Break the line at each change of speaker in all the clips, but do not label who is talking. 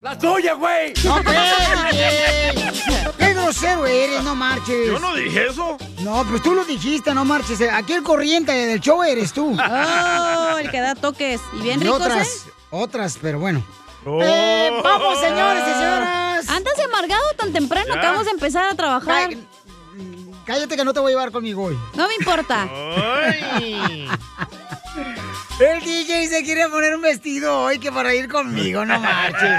¡La tuya, güey!
¡No, pues, güey! ¡Qué grosero eres, no marches!
Yo no dije eso.
No, pues tú lo dijiste, no marches. Aquí el corriente del show eres tú.
¡Oh! El que da toques. Y bien
Y
ricos,
otras,
¿eh?
otras, pero bueno.
Oh.
Eh, vamos, señores y señoras.
Andas amargado tan temprano,
Ya.
acabamos de empezar a trabajar.
Ay, Cállate que no te voy a llevar conmigo hoy.
No me importa.
El DJ se quiere poner un vestido hoy que para ir conmigo, no marches.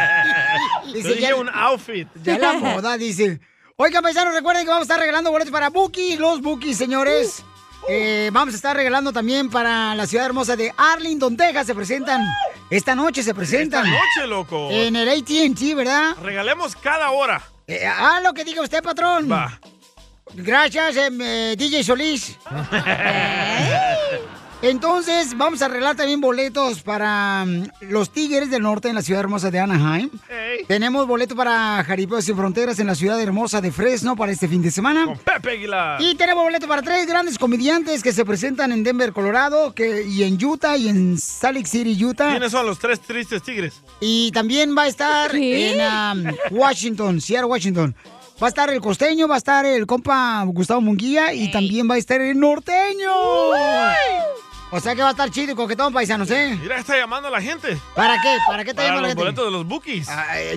Yo dije un outfit.
Ya la moda, dice. Oigan, paisanos, recuerden que vamos a estar regalando boletos para Buki, los Buki,
Uh,
señores. Eh, vamos a estar regalando también para la ciudad hermosa de Arlington, Texas. Se presentan. Esta noche se presentan.
Noche, loco.
En el ATT, ¿verdad?
Regalemos cada hora.
Eh, ah, lo que diga usted, patrón.
Va.
Gracias, em, eh, DJ Solís. Entonces, vamos a arreglar también boletos para mm, los Tigres del Norte en la ciudad hermosa de Anaheim.
Ey.
Tenemos boleto para Jaripeo Sin Fronteras en la ciudad hermosa de Fresno para este fin de semana.
Pepe Aguilar.
Y tenemos boleto para tres grandes comediantes que se presentan en Denver, Colorado, que, y en Utah, y en Salt Lake City, Utah.
¿Quiénes son los tres tristes tigres?
Y también va a estar
¿Qué?
en am, Washington, Seattle, Washington. Va a estar el costeño, va a estar el compa Gustavo Munguía y también va a estar el norteño. O sea que va a estar chido y coquetón, paisanos, ¿eh?
Mira, está llamando a la gente.
¿Para qué? ¿Para qué te
Para
llama la
los
gente? Ah, eh,
boletos de los bookies.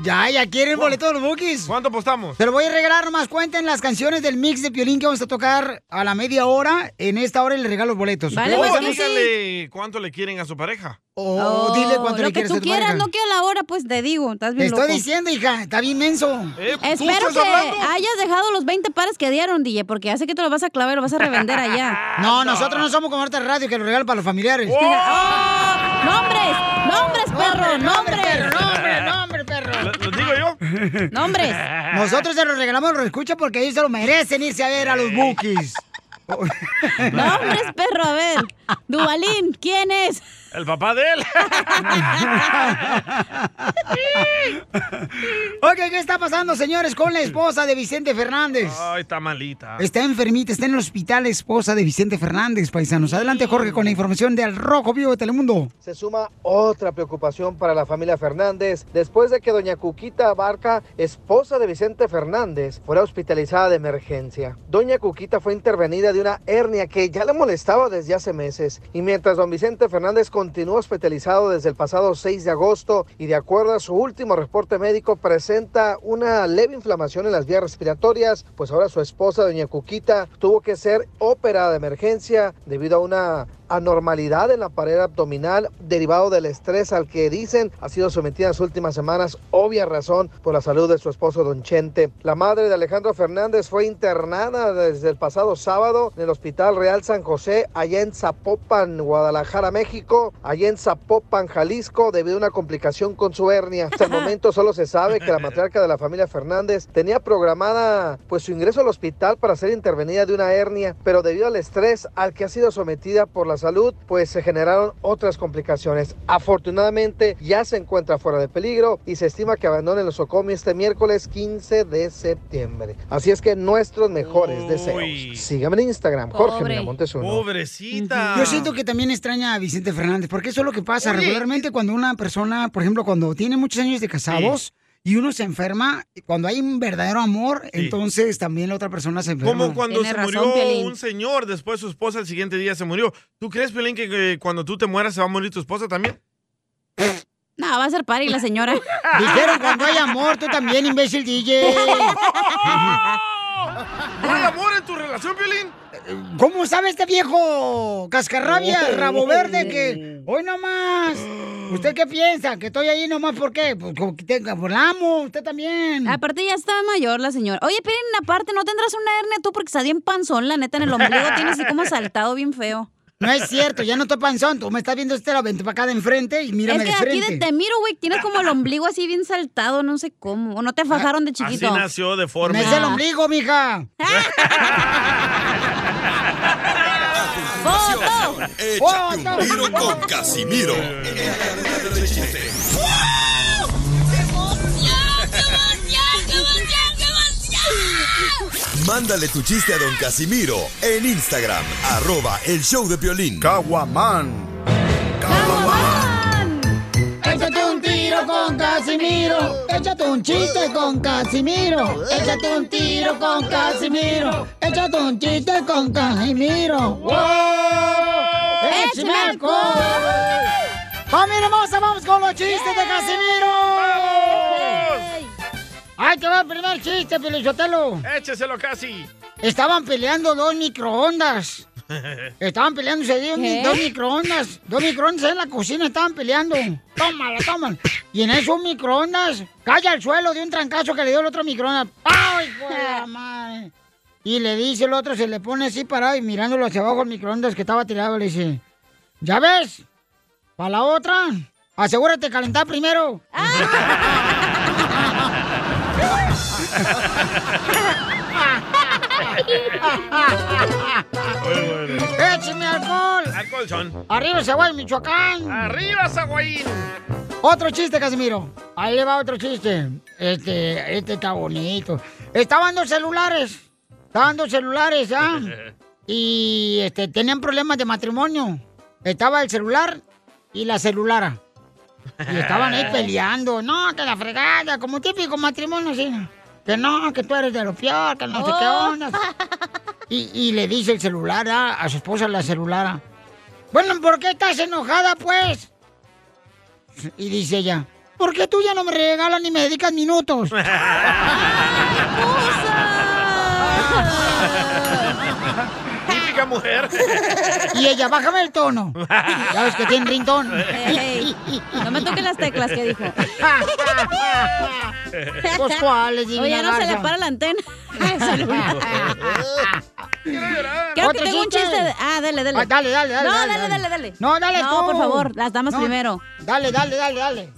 Ya, ya quieren boletos de los bookies.
¿Cuánto apostamos?
Te lo voy a regalar nomás. Cuenten las canciones del mix de Piolín que vamos a tocar a la media hora. En esta hora y le regalo los boletos.
Oh,
¿ok,
pues
paisanos?
dígale cuánto le quieren a su pareja.
O Oh, dile cuánto
Oh, lo
le
que
quieres a
tú
tu
quieras,
pareja.
no quiero la hora, pues te digo. Estás
Te
bien
estoy
loco.
diciendo, hija. Está bien menso.
Espero que hayas dejado los 20 pares que dieron, DJ, porque ya sé que te los vas a clavar, los vas a revender allá.
No, nosotros no somos como Arte Radio que lo regalan para los familiares.
¡Oh! ¡Nombres! ¡Nombres,
¡Nombre,
perro! ¡Nombres!
perro! ¡Nombre, nombre, perro!
¿Lo digo yo?
¡Nombres!
Nosotros se los regalamos, lo escucha porque ellos se lo merecen irse a ver a los bookies.
¡Nombres, perro! A ver. Dubalín, ¿quién es?
El papá de él.
ok, ¿qué está pasando, señores, con la esposa de Vicente Fernández?
Ay, está malita.
Está enfermita, está en el hospital, esposa de Vicente Fernández, paisanos. Adelante, Jorge, con la información de Al Rojo Vivo de Telemundo.
Se suma otra preocupación para la familia Fernández después de que doña Cuquita Abarca, esposa de Vicente Fernández, fuera hospitalizada de emergencia. Doña Cuquita fue intervenida de una hernia que ya le molestaba desde hace meses y mientras don Vicente Fernández continúa hospitalizado desde el pasado 6 de agosto y de acuerdo a su último reporte médico presenta una leve inflamación en las vías respiratorias, pues ahora su esposa doña Cuquita tuvo que ser operada de emergencia debido a una anormalidad en la pared abdominal derivado del estrés al que dicen ha sido sometida en las últimas semanas, obvia razón por la salud de su esposo Don Chente. La madre de Alejandro Fernández fue internada desde el pasado sábado en el Hospital Real San José, allá en Zapopan, Guadalajara, México, allá en Zapopan, Jalisco, debido a una complicación con su hernia. Hasta el momento solo se sabe que la matriarca de la familia Fernández tenía programada pues su ingreso al hospital para ser intervenida de una hernia, pero debido al estrés al que ha sido sometida por la salud, pues se generaron otras complicaciones. Afortunadamente ya se encuentra fuera de peligro y se estima que abandone el nosocomio este miércoles 15 de septiembre. Así es que nuestros mejores deseos. Síganme en Instagram, Jorge
Pobre.
Miramontes uno.
Pobrecita.
Yo siento que también extraña a Vicente Fernández, porque eso es lo que pasa
Oye.
regularmente cuando una persona, por ejemplo, cuando tiene muchos años de casados y uno se enferma, cuando hay un verdadero amor, entonces también la otra persona se enferma.
Como cuando se murió un señor, después su esposa el siguiente día se murió. ¿Tú crees, Pelín, que, que cuando tú te mueras se va a morir tu esposa también?
No, va a ser party la señora.
Dijeron cuando hay amor, tú también, imbécil DJ.
¿No hay amor en tu relación, Pelín?
¿Cómo sabe este viejo cascarrabia, rabo verde, que hoy nomás? ¿Usted qué piensa? ¿Que estoy ahí nomás por qué? Pues como que tenga, pues, la amo, usted también.
Aparte ya está mayor la señora. Oye, pero aparte, ¿no tendrás una hernia tú? Porque está bien panzón, la neta, en el ombligo tienes así como saltado bien feo.
No es cierto, ya no estoy panzón. Tú me estás viendo este la vente para acá de enfrente y mírame
es que
de frente.
aquí de, te miro, güey, tienes como el ombligo así bien saltado, no sé cómo. O no
Ah,
te fajaron de
Así
chiquito.
nació deforme.
Me hice el
Digo,
ombligo.
mija.
¡Foto!
Échate un tiro con Casimiro. Mándale tu chiste a don Casimiro en Instagram, arroba el show de violín. Caguaman.
Échate un tiro con Casimiro. Casimiro, échate un chiste con Casimiro, échate un tiro con Casimiro, échate un chiste con Casimiro. ¡Wow! ¡Échame alcohol! ¡Familia hermosa, vamos con los chistes de Casimiro! ¡Ahí te va el primer chiste, Pelichotelo!
Écheselo casi.
Estaban peleando dos microondas. Estaban peleándose ahí,
¿Qué?
un- dos microondas. Dos microondas en la cocina estaban peleando. Tómala, toman. Y en eso un microondas cae al suelo de un trancazo que le dio el otro microondas. ¡Ay, hijo de la madre! Y le dice el otro, se le pone así parado y mirándolo hacia abajo el microondas que estaba tirado, le dice, ¿ya ves? Para la otra, asegúrate de calentar primero.
¡Ah!
¡Écheme alcohol!
Alcohol, son.
¡Arriba Zaguay, Michoacán!
¡Arriba, Zaguayín!
Otro chiste, Casimiro. Ahí le va otro chiste. Este, este está bonito. Estaban dos celulares. Estaban dos celulares, ¿ya? Y este, tenían problemas de matrimonio. Estaba el celular y la celulara. Y estaban ahí peleando. No, que la fregada, como típico matrimonio, sí. Que no, que tú eres de lo peor, que no sé qué
Oh.
onda. Y, y le dice el celular ¿ah? a, a su esposa, la celulara. Bueno, ¿por qué estás enojada, pues? Y dice ella, ¿por qué tú ya no me regalas ni me dedicas minutos?
Típica mujer.
Y ella, bájame el tono. Ya ves que tiene rintón.
Ey, no me toques las teclas que dijo.
Pues, ¿cuáles, divina
Oye, ya no se
Garza?
le para la antena. al celular. Creo que
Otro
tengo un
chiste.
chiste. de- Ah, dale, dale.
Ah, dale, dale, dale.
No, dale, dale, dale.
No, dale
No,
tú.
por favor, las damas
No,
primero.
Dale, dale, dale, dale.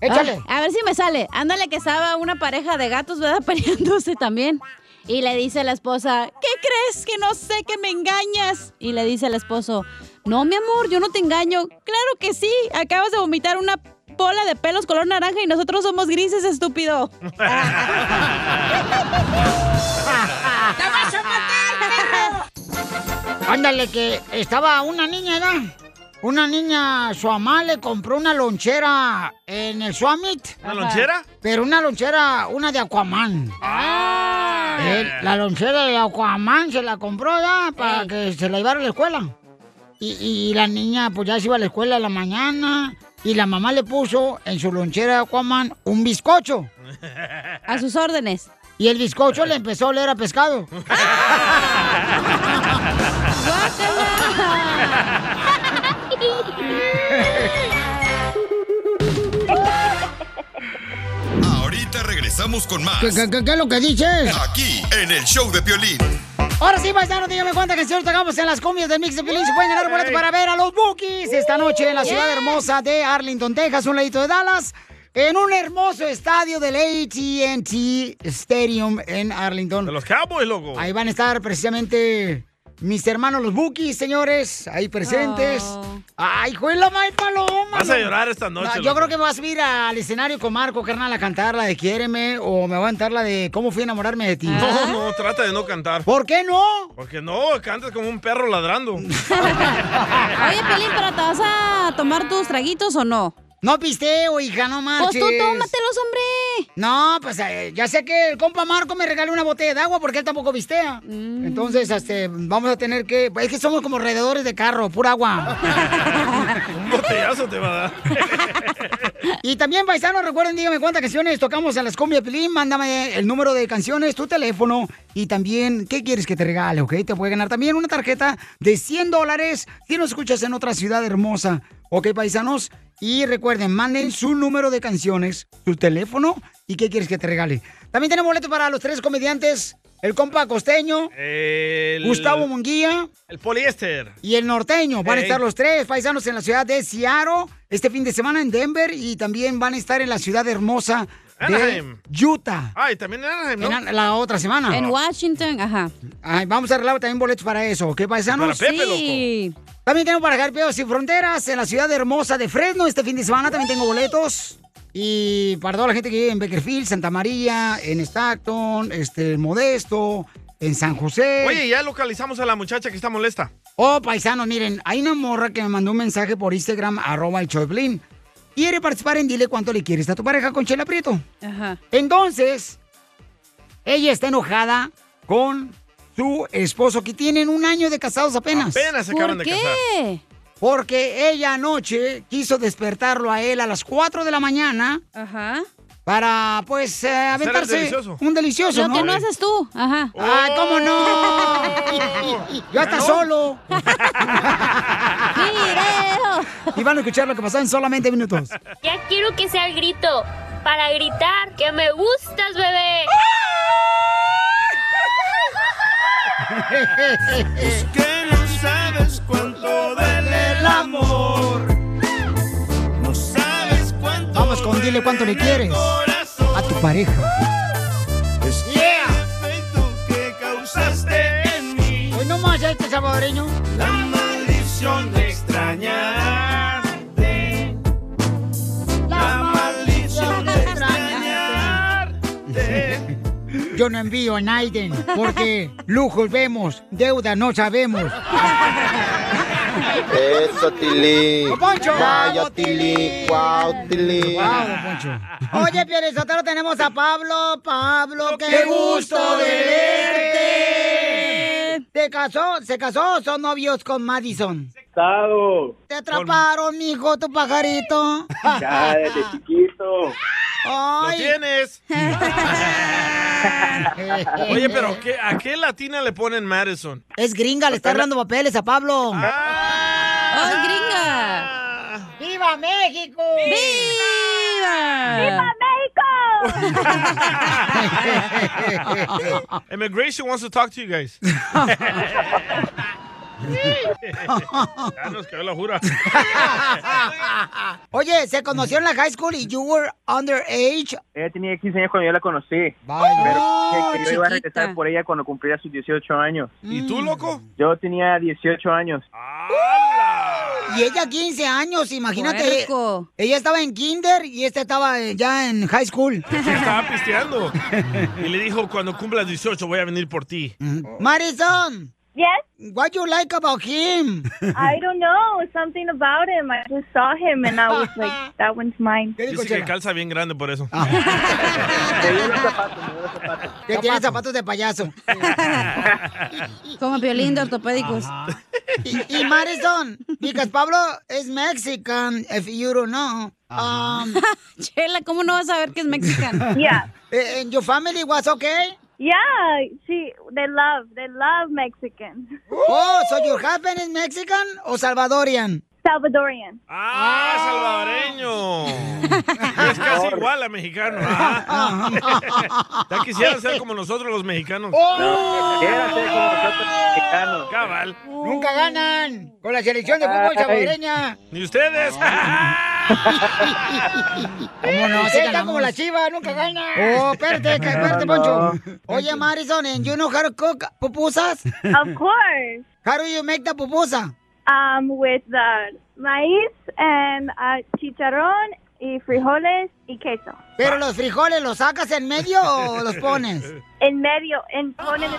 Échale.
Ah, a ver si me sale. Ándale que estaba una pareja de gatos, ¿verdad? Peleándose también. Y le dice la esposa, ¿qué crees que no sé que me engañas? Y le dice el esposo, no, mi amor, yo no te engaño. Claro que sí, acabas de vomitar una bola de pelos color naranja y nosotros somos grises, estúpido.
Ándale, que estaba una niña, ¿verdad? Una niña, su mamá le compró una lonchera en el Suamit.
¿Una lonchera?
Pero una lonchera, una de Aquaman.
Ah.
Eh, la lonchera de Aquaman se la compró, ¿verdad? Para que se la llevara a la escuela. Y, y la niña, pues ya se iba a la escuela a la mañana. Y la mamá le puso en su lonchera de Aquaman un bizcocho.
A sus órdenes.
Y el bizcocho le empezó a oler a pescado.
Ahorita regresamos con más.
¿Qué, qué- qué- qué es lo que dices?
Aquí, en el show de Piolín.
Ahora sí, paisanos, díganme cuántas canciones tocamos en las cumbias del Mix de Piolín. Se pueden ganar boletos
Ey.
para ver a los Bookies esta noche en la ciudad
Yeah.
hermosa de Arlington, Texas, un ladito de Dallas, en un hermoso estadio del AT&T Stadium en Arlington. De
los Cowboys, loco.
Ahí van a estar precisamente mis hermanos los Bookies, señores, ahí presentes. ¡Ay, juela, May Paloma!
Oh. Vas a llorar esta noche,
yo
loco.
creo que me vas a subir al escenario con Marco, carnal, a cantar la de Quiéreme o me va a cantar la de Cómo fui a enamorarme de ti. Ah.
No, no, trata de no cantar.
¿Por qué no?
Porque no, cantas como un perro ladrando.
Oye, Pelín, ¿pero te vas a tomar tus traguitos o no?
No pisteo, hija, no marches.
Pues tú tómatelos, hombre.
No, pues eh, ya sé que el compa Marco me regaló una botella de agua porque él tampoco vistea.
Mm.
Entonces, este, vamos a tener que. pues, Es que somos como alrededores de carro, pura agua.
Un botellazo te va a dar.
y también, paisanos, recuerden, díganme cuántas canciones tocamos en las cumbias de Pilín. Mándame el número de canciones, tu teléfono y también qué quieres que te regale, ¿ok? Te puede ganar también una tarjeta de 100 dólares si nos escuchas en otra ciudad hermosa, ¿ok, paisanos? Y recuerden, manden su número de canciones, tu teléfono y qué quieres que te regale. También tenemos boleto para los tres comediantes, el compa costeño,
El-
Gustavo Munguía
El poliéster.
y el norteño. Van a
Ey.
estar los tres paisanos en la ciudad de Seattle este fin de semana en Denver y también van a estar en la ciudad hermosa de
Anaheim.
Utah.
Ay, Ah, también en Anaheim, ¿no?
En a- la otra semana.
En Washington, ajá.
Ay, vamos a arreglar también boletos para eso, ¿ok, paisanos?
Para Pepe, Sí.
También tengo para Garpeos Sin Fronteras en la ciudad hermosa de Fresno este fin de semana. También tengo boletos. Y para toda la gente que vive en Beckerfield, Santa María, en Stockton, este, Modesto, en San José.
Oye, ya localizamos a la muchacha que está molesta.
Oh, paisanos, miren, hay una morra que me mandó un mensaje por Instagram, arroba el Choplin. quiere participar en Dile cuánto le quieres a tu pareja con Chela Prieto.
Ajá.
Entonces, ella está enojada con su esposo, que tienen un año de casados apenas.
Apenas se acaban ¿Por de qué? casar.
Porque ella anoche quiso despertarlo a él a las 4 de la mañana
Ajá.
para, pues, eh, aventarse
delicioso.
un delicioso,
Lo
¿no?
que no haces tú. Ajá.
¡Ay, cómo
Oh.
no! Yo hasta
¿Ganó?
solo.
¡Video!
Y van a escuchar lo que pasó en solamente minutos.
Ya quiero que sea el grito para gritar que me gustas, bebé.
Es que no sabes cuánto duele el amor. No sabes cuánto.
Vamos con dile cuánto le quieres a tu pareja.
Es que el efecto que causaste en mí.
Hoy no más este salvadoreño.
La maldición de extrañarte. La maldición de extrañarte.
Yo no envío a Naiden porque lujos vemos, deuda no sabemos.
Eso, Tilly.
¡Don Poncho!
Vaya,
¡Bravo,
Tilly. Wow, Tilly.
Guau, don Poncho. Oye, Pielizotero, tenemos a Pablo. Pablo, qué,
¡Qué gusto de
verte! ¿Te casó? ¿Se casó o son novios con Madison?
Estado,
Te atraparon, mijo, tu pajarito.
ya desde chiquito.
¡Lo
Ay,
tienes! Oye, pero ¿qué- ¿a qué latina le ponen Madison?
es gringa, le está arreglando papeles a Pablo.
Ah,
¡Ay, gringa!
¡Viva México!
¡Viva!
Immigration wants to talk to you guys. ya nos quedó la jura.
Oye, se conoció en la high school y you were underage.
Ella tenía 15 años cuando yo la conocí.
Vaya.
Oh,
pero que- que yo iba a
chiquita.
regresar por ella cuando cumpliera sus 18 años. Mm.
¿Y tú, loco? Ah,
Yo tenía 18 años.
Y ella 15 años, imagínate.
Puerco.
Ella estaba en kinder y este estaba eh, ya en high school.
Se estaba pisteando. Y le dijo, cuando cumplas 18 voy a venir por ti.
Mm. Madison,
Yes,
what you like about him?
I don't know. Something about him. I just saw him and I was like, that one's mine.
¿Qué dijo
Dice que
Chela?
calza bien grande por eso.
Ah.
Me dio los zapatos, me dio los zapatos.
Que tiene zapatos de payaso.
Como violín de ortopédicos.
Y, y Madison, because Pablo es Mexican, if you don't know. Um,
Chela, ¿cómo no vas a ver que es mexicano?
Yeah.
eh, and your family was okay?
Yeah, she they love they love Mexican.
Oh, so your husband is Mexican o Salvadorian?
Salvadorian.
¡Ah, salvadoreño! Es casi igual a mexicano. ah. Ya quisiera ser como nosotros los mexicanos.
¡Oh!
Quédate con nosotros, mexicanos.
Cabal.
Nunca ganan con la selección de fútbol
Ay.
salvadoreña.
Ni ustedes.
¿Cómo no?
Sí,
Está
ganamos.
como la chiva, nunca gana. Oh, espérate, ca- espérate,
No, no.
Poncho. Oye, Madison, ¿en you know how to cook pupusas?
Of course.
How do you make the pupusa?
Um, with the maíz and uh, chicharrón y frijoles y queso.
¿Pero los frijoles los sacas en medio o los pones?
En medio, en ponen.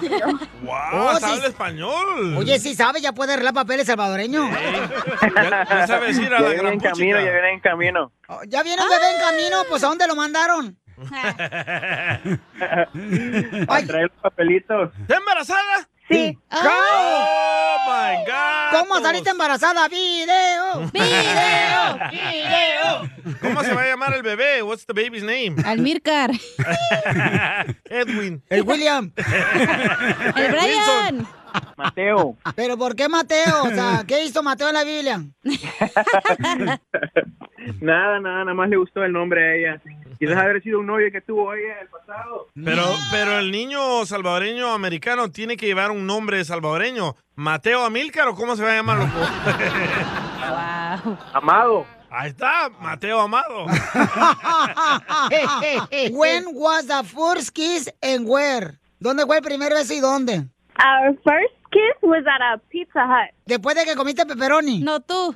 ¡Wow!
Oh,
se
sí.
Ah, habla español!
Oye, sí sabe, ya puede arreglar papeles salvadoreño.
Ya, ya sabe decir a
Ya
la
viene
gran
en camino, ya
puchica.
viene en camino.
Oh, ¿Ya viene el bebé en camino? Pues, ¿a dónde lo mandaron? Ay,
Trae los papelitos.
¿Está embarazada?
Sí.
¿cómo?
¡Oh, my God!
¡Ah! ¿Cómo saliste embarazada? ¡Video! Eh,
¡Video!
¿Cómo se va a llamar el bebé? What's the baby's name?
Almircar.
Edwin.
El William.
El Brian.
Mateo,
¿Pero por qué Mateo? O sea, ¿qué hizo Mateo en la Biblia?
nada, nada, nada más le gustó el nombre a ella. Quizás haber sido un novio que tuvo ella en el pasado.
Pero, pero el niño salvadoreño americano tiene que llevar un nombre salvadoreño. ¿Mateo Amílcar o cómo se va a llamar, loco?
Wow.
Amado.
Ahí está, Mateo Amado.
When was the first kiss and where? ¿Dónde fue el primer beso y dónde?
Our first kiss was at a Pizza Hut.
Después de que comiste pepperoni.
No tú.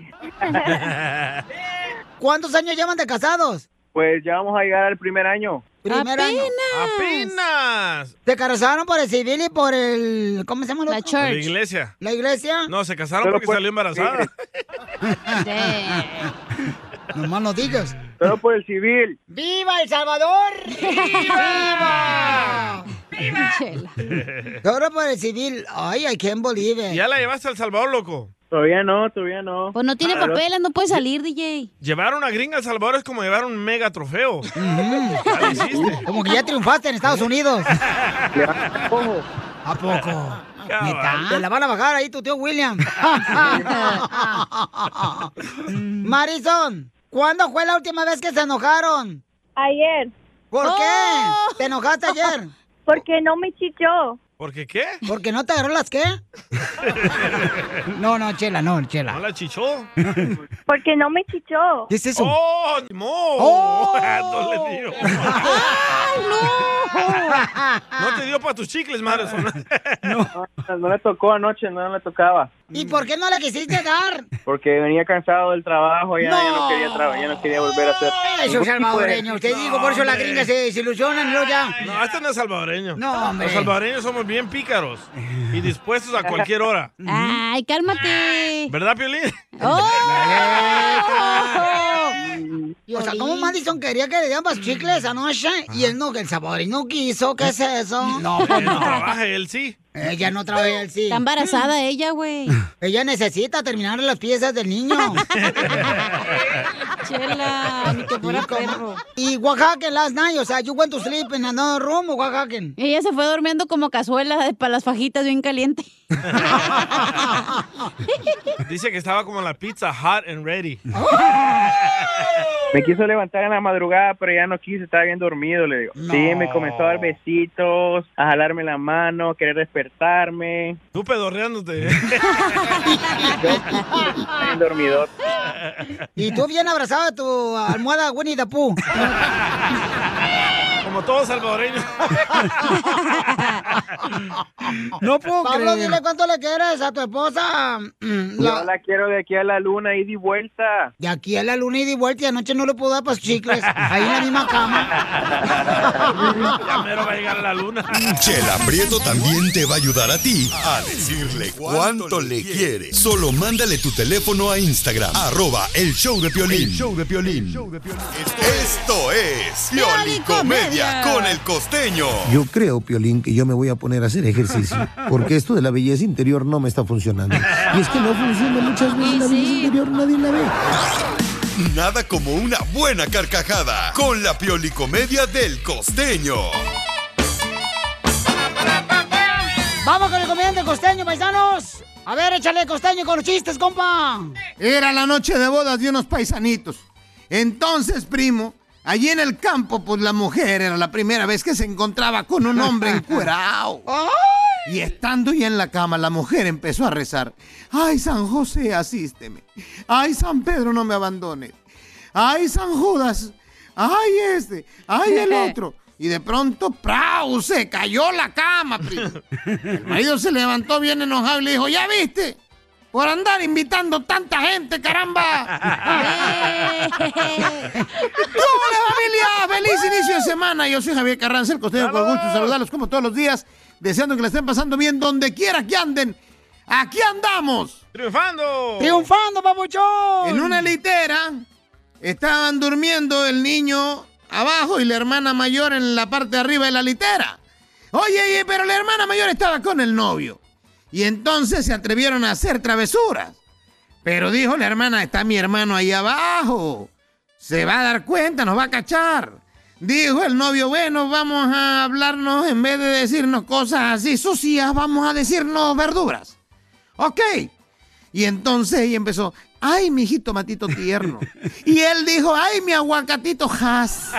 ¿Cuántos años llevan de casados?
Pues ya vamos a llegar al primer año.
Primer año.
Apenas.
¡Apenas!
¿Te casaron por el civil y por el... ¿Cómo se llama? el
La
otro?
La
church.
iglesia.
¿La iglesia?
pues,
No, se casaron
Pero
porque
pues-
salió embarazada.
Sí.
No más no digas.
Pero por el civil.
¡Viva El Salvador! ¡Viva! Ahora por el civil. Ay, I can't believe it.
¿Ya la llevaste al Salvador, loco?
Todavía no, todavía no.
Pues no tiene
Ah, pero-
papeles, no puede salir, DJ.
Llevar una gringa al Salvador es como llevar un mega trofeo.
Como que ya triunfaste en Estados Unidos. ¿A poco? Neta, Te la van a bajar ahí tu tío William. Marisol, ¿cuándo fue la última vez que se enojaron?
Ayer.
¿Por
Oh.
qué? ¿Te enojaste ayer?
Porque no me chichó.
¿Porque qué?
¿Porque no te agarró las qué? No, no, chela, no, chela.
¿No la chichó?
Porque no me chichó.
¿Qué es eso?
¡Oh, no!
¡Oh!
Ah, no le dio. no! te dio para tus chicles, Marisol.
No, no le tocó anoche, no le tocaba.
¿Y por qué no la quisiste dar?
Porque venía cansado del trabajo, ya no, ya no quería trabajar, ya no quería volver a hacer.
Eso salvadoreño, te digo, por eso las gringas se desilusionan y luego ya.
No, este no es salvadoreño.
No, hombre.
Los salvadoreños somos bien pícaros y dispuestos a cualquier hora.
Ay,
Ah,
cálmate.
¿Verdad, Piolín?
Oh. O sea, ¿cómo Madison quería que le dieran más chicles anoche? Y él no, que el salvadoreño quiso, ¿qué es eso? No,
Él no trabaja, él sí.
Ella no trabaja él sí.
Está embarazada ella, güey.
Ella necesita terminar las piezas del niño.
Chela, ni que fuera
Sí, cómo-
perro.
Y Oaxaca last night, o sea, you went to sleep in another room, Oaxaca.
Ella se fue durmiendo como cazuela para las fajitas bien caliente.
Dice que estaba como la pizza hot and ready.
Me quiso levantar en la madrugada, pero ya no quise, estaba bien dormido, le digo. Sí, me comenzó a dar besitos, a jalarme la mano, a querer despertarme.
Tú pedorreándote.
Bien dormido.
Y tú bien abrazado a tu almohada Winnie the Pooh.
Como todos salvadoreños.
No puedo Pablo,
creer.
dile cuánto le quieres a tu esposa. mm,
Yo
la-
la quiero de aquí a la luna, ida y vuelta.
de aquí a la luna y de vuelta y anoche no le puedo dar para sus chicles. Ahí en la misma cama.
Ya mero va a llegar la luna.
Chela Prieto también te va a ayudar a ti a decirle cuánto le quiere. Solo mándale tu teléfono a Instagram, arroba el show de Piolín. show de Piolín. Esto es Pioli Comedia con el costeño.
Yo creo, Piolín, que yo me voy a poner a hacer ejercicio, porque esto de la belleza interior no me está funcionando. Y es que no funciona muchas veces la belleza interior, nadie la ve.
Nada como una buena carcajada con la Pioli Comedia del costeño.
Vamos con el comediante costeño, paisanos. A ver, échale costeño con los chistes, compa.
Era la noche de bodas de unos paisanitos. Entonces, primo, allí en el campo, pues la mujer era la primera vez que se encontraba con un hombre encuerao. Y estando ya en la cama, la mujer empezó a rezar. Ay, San José, asísteme. Ay, San Pedro, no me abandones. Ay, San Judas. Ay, este. Ay, el otro. Y de pronto, ¡prau! Se cayó la cama, primo. El marido se levantó bien enojado y le dijo, ¿ya viste? Por andar invitando tanta gente, caramba. ¡Hola familia! ¡Feliz inicio de semana! Yo soy Javier Carranza, el costeño, con gusto de saludarlos como todos los días, deseando que la estén pasando bien donde quiera que anden. ¡Aquí andamos!
¡Triunfando!
¡Triunfando, papuchón!
En una litera estaban durmiendo el niño abajo y la hermana mayor en la parte de arriba de la litera. Oye, oye, pero la hermana mayor estaba con el novio. Y entonces se atrevieron a hacer travesuras. Pero dijo la hermana, está mi hermano ahí abajo. Se va a dar cuenta, nos va a cachar. Dijo el novio, bueno, vamos a hablarnos en vez de decirnos cosas así sucias, vamos a decirnos verduras. Ok. Y entonces ella empezó, ay, mi jitomatito tierno. y él dijo, ay, mi aguacatito has.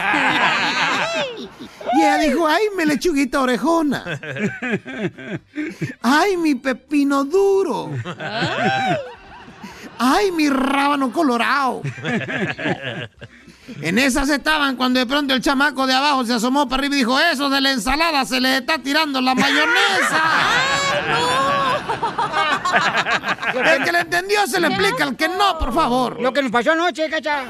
y ella dijo, ay, mi lechuguita orejona. Ay, mi pepino duro. Ay, mi rábano colorado. En esas estaban cuando de pronto el chamaco de abajo se asomó para arriba y dijo, eso de la ensalada se les está tirando la mayonesa. El que le entendió se le explica, el que no, por favor.
Lo que nos pasó anoche, cacha.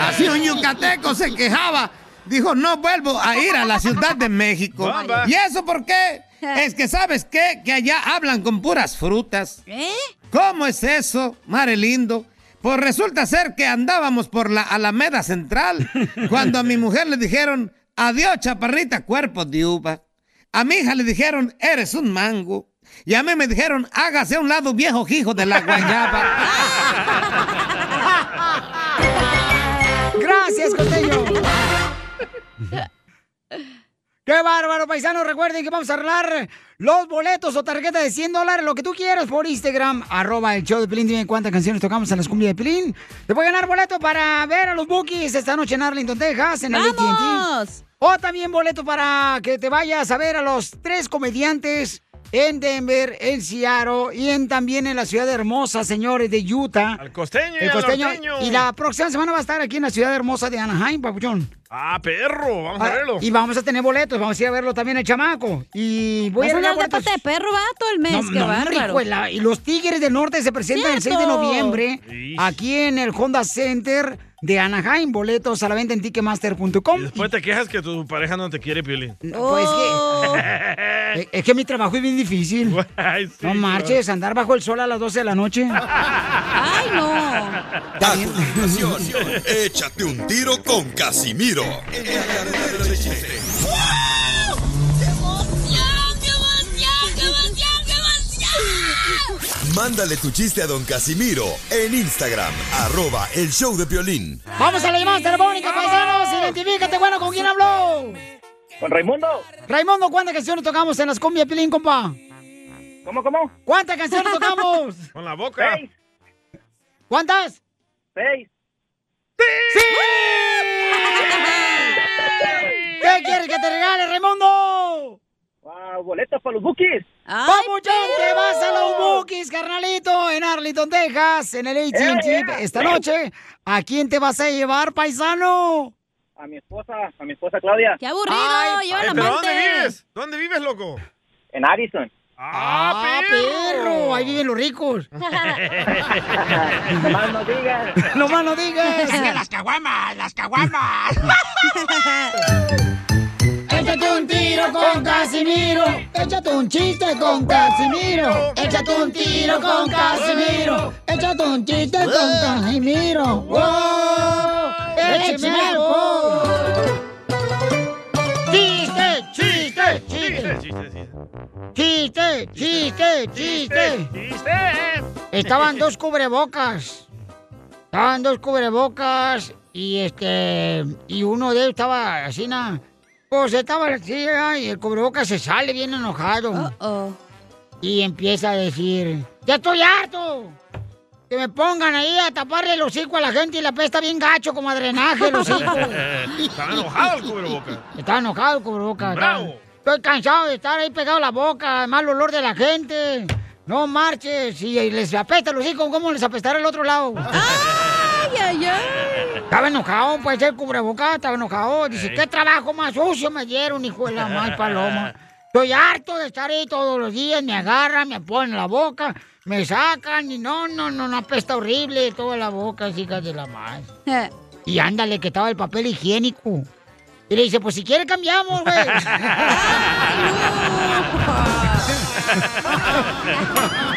Así un yucateco se quejaba. Dijo, no vuelvo a ir a la Ciudad de México.
Bamba.
¿Y eso por qué? Es que sabes qué, que allá hablan con puras frutas.
¿Eh?
¿Cómo es eso, Mare Lindo? Pues resulta ser que andábamos por la Alameda Central cuando a mi mujer le dijeron, adiós chaparrita, cuerpo de uva. A mi hija le dijeron, eres un mango. Y a mí me dijeron, hágase a un lado viejo hijo de la guayaba.
Gracias, Costeño. ¡Qué bárbaro, paisanos! Recuerden que vamos a arreglar los boletos o tarjetas de 100 dólares, lo que tú quieras, por Instagram, arroba el show de Pelín. Dime cuántas canciones tocamos en las cumbias de Pelín. Te voy a ganar boleto para ver a los Bookies esta noche en Arlington, Texas, en el AT&T. O también boleto para que te vayas a ver a los tres comediantes en Denver, en Seattle y en, también en la ciudad hermosa, señores, de Utah. El
costeño y al norteño.
Y la próxima semana va a estar aquí en la ciudad hermosa de Anaheim, papuchón.
Ah, perro, vamos a
Ah,
verlo.
Y vamos a tener boletos, vamos a ir a verlo también el chamaco. Y voy
Vas
a
a andar
regalar
de
boletos.
pata de perro, va todo el mes,
No,
qué
no, hombre,
bárbaro.
hijuela, y los Tigres del Norte se presentan el 6 de
¡Cierto!
noviembre aquí en el Honda Center de Anaheim. Boletos a la venta en ticketmaster.com.
Después Pues te quejas que tu pareja no te quiere, Piolín.
Pues
Oh.
que, es que mi trabajo es bien difícil. no marches, andar bajo el sol a las 12 de la noche.
¡Ay, no!
A continuación, échate un tiro con Casimiro. Mándale tu chiste a don Casimiro en Instagram, arroba el show de Piolín.
Vamos a la llamada telefónica, paisanos. Identifícate, bueno, ¿con quién habló?
Con Raimundo.
Raimundo, ¿cuántas canciones tocamos en las cumbias, Pilín, compa?
¿Cómo, cómo?
¿Cuántas canciones tocamos?
Con la boca.
¿Cuántas?
Seis.
¡Sí! ¿Qué quieres que te regale, Raimundo?
Ah,
boletos para los bookies.
¡Papuchón, te vas a los Bookies, carnalito! En Arlington, Texas, en el AT&T, esta noche. ¿A quién te vas a llevar, paisano?
A mi esposa, a mi esposa Claudia.
¡Qué
aburrido! Lleva la
¿Pero
amante.
dónde vives? ¿Dónde vives, loco?
En Addison.
¡Ah,
¡Ah, perro! Ahí viven los ricos.
Nomás no digas.
Nomás no digas.
las caguamas, las
caguamas. Échate un tiro con Casimiro. Échate un chiste con Casimiro. Échate un tiro con Casimiro. Échate un chiste con Casimiro. ¡Wow! ¡Échame alcohol! ¡Chiste, chiste, chiste! ¡Chiste, chiste, chiste! Estaban dos cubrebocas. Estaban dos cubrebocas y este y uno de ellos estaba así na, pues estaba así ah, y el cubrebocas se sale bien enojado. Y empieza a decir, "Ya estoy harto. Que me pongan ahí a taparle el hocico a la gente y la pesta bien gacho como a drenaje el hocico."
Estaba enojado el cubreboca.
Estaba enojado el cubrebocas.
Bravo.
estaba- Estoy cansado de estar ahí pegado a la boca, mal olor de la gente. No marches y les apesta los hijos, ¿cómo les apestará el otro lado? ¡Ay, ay, ay! Estaba enojado, puede ser cubrebocas, estaba enojado. Dice,
Ey.
¿qué trabajo más sucio me dieron, hijo de la mal paloma? Estoy harto de estar ahí todos los días, me agarran, me ponen la boca, me sacan y no, no, no, no apesta horrible toda la boca, hijas de la mal. Y ándale, que estaba el papel higiénico. Y le dice, pues si quiere cambiamos, güey.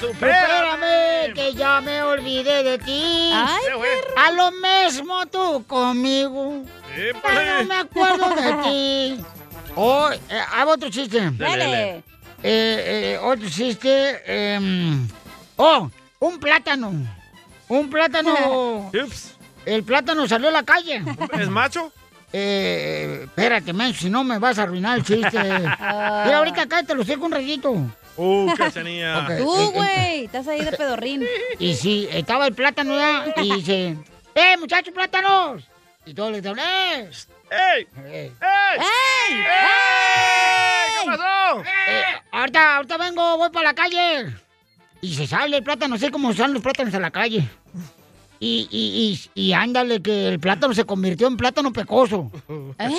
Supérame, que ya me olvidé de ti.
Ay, Se fue.
a lo mismo tú conmigo. Ya no me acuerdo de ti. Oh, eh, hago otro chiste.
Dale, dale.
Eh, eh, otro chiste. em, oh, un plátano. Un plátano. El plátano salió a la calle.
¿Es macho?
Eh, eh, espérate, men, si no me vas a arruinar el chiste. Mira, ahorita acá te lo seco un ratito.
Uh, Cachanilla.
Ok,
Tú,
eh,
güey, estás ahí de pedorrín.
y sí, estaba el plátano ya y dice, ¡eh, muchachos, plátanos! Y todos le dicen, ¡eh!
¡Ey!
¡Ey!
¡Ey!
¿Qué
pasó?
Eh, ahorita, ahorita vengo, voy para la calle. Y se sale el plátano, sé cómo salen los plátanos a la calle. Y, y, y, y ándale, que el plátano se convirtió en plátano pecoso.
¿Eh?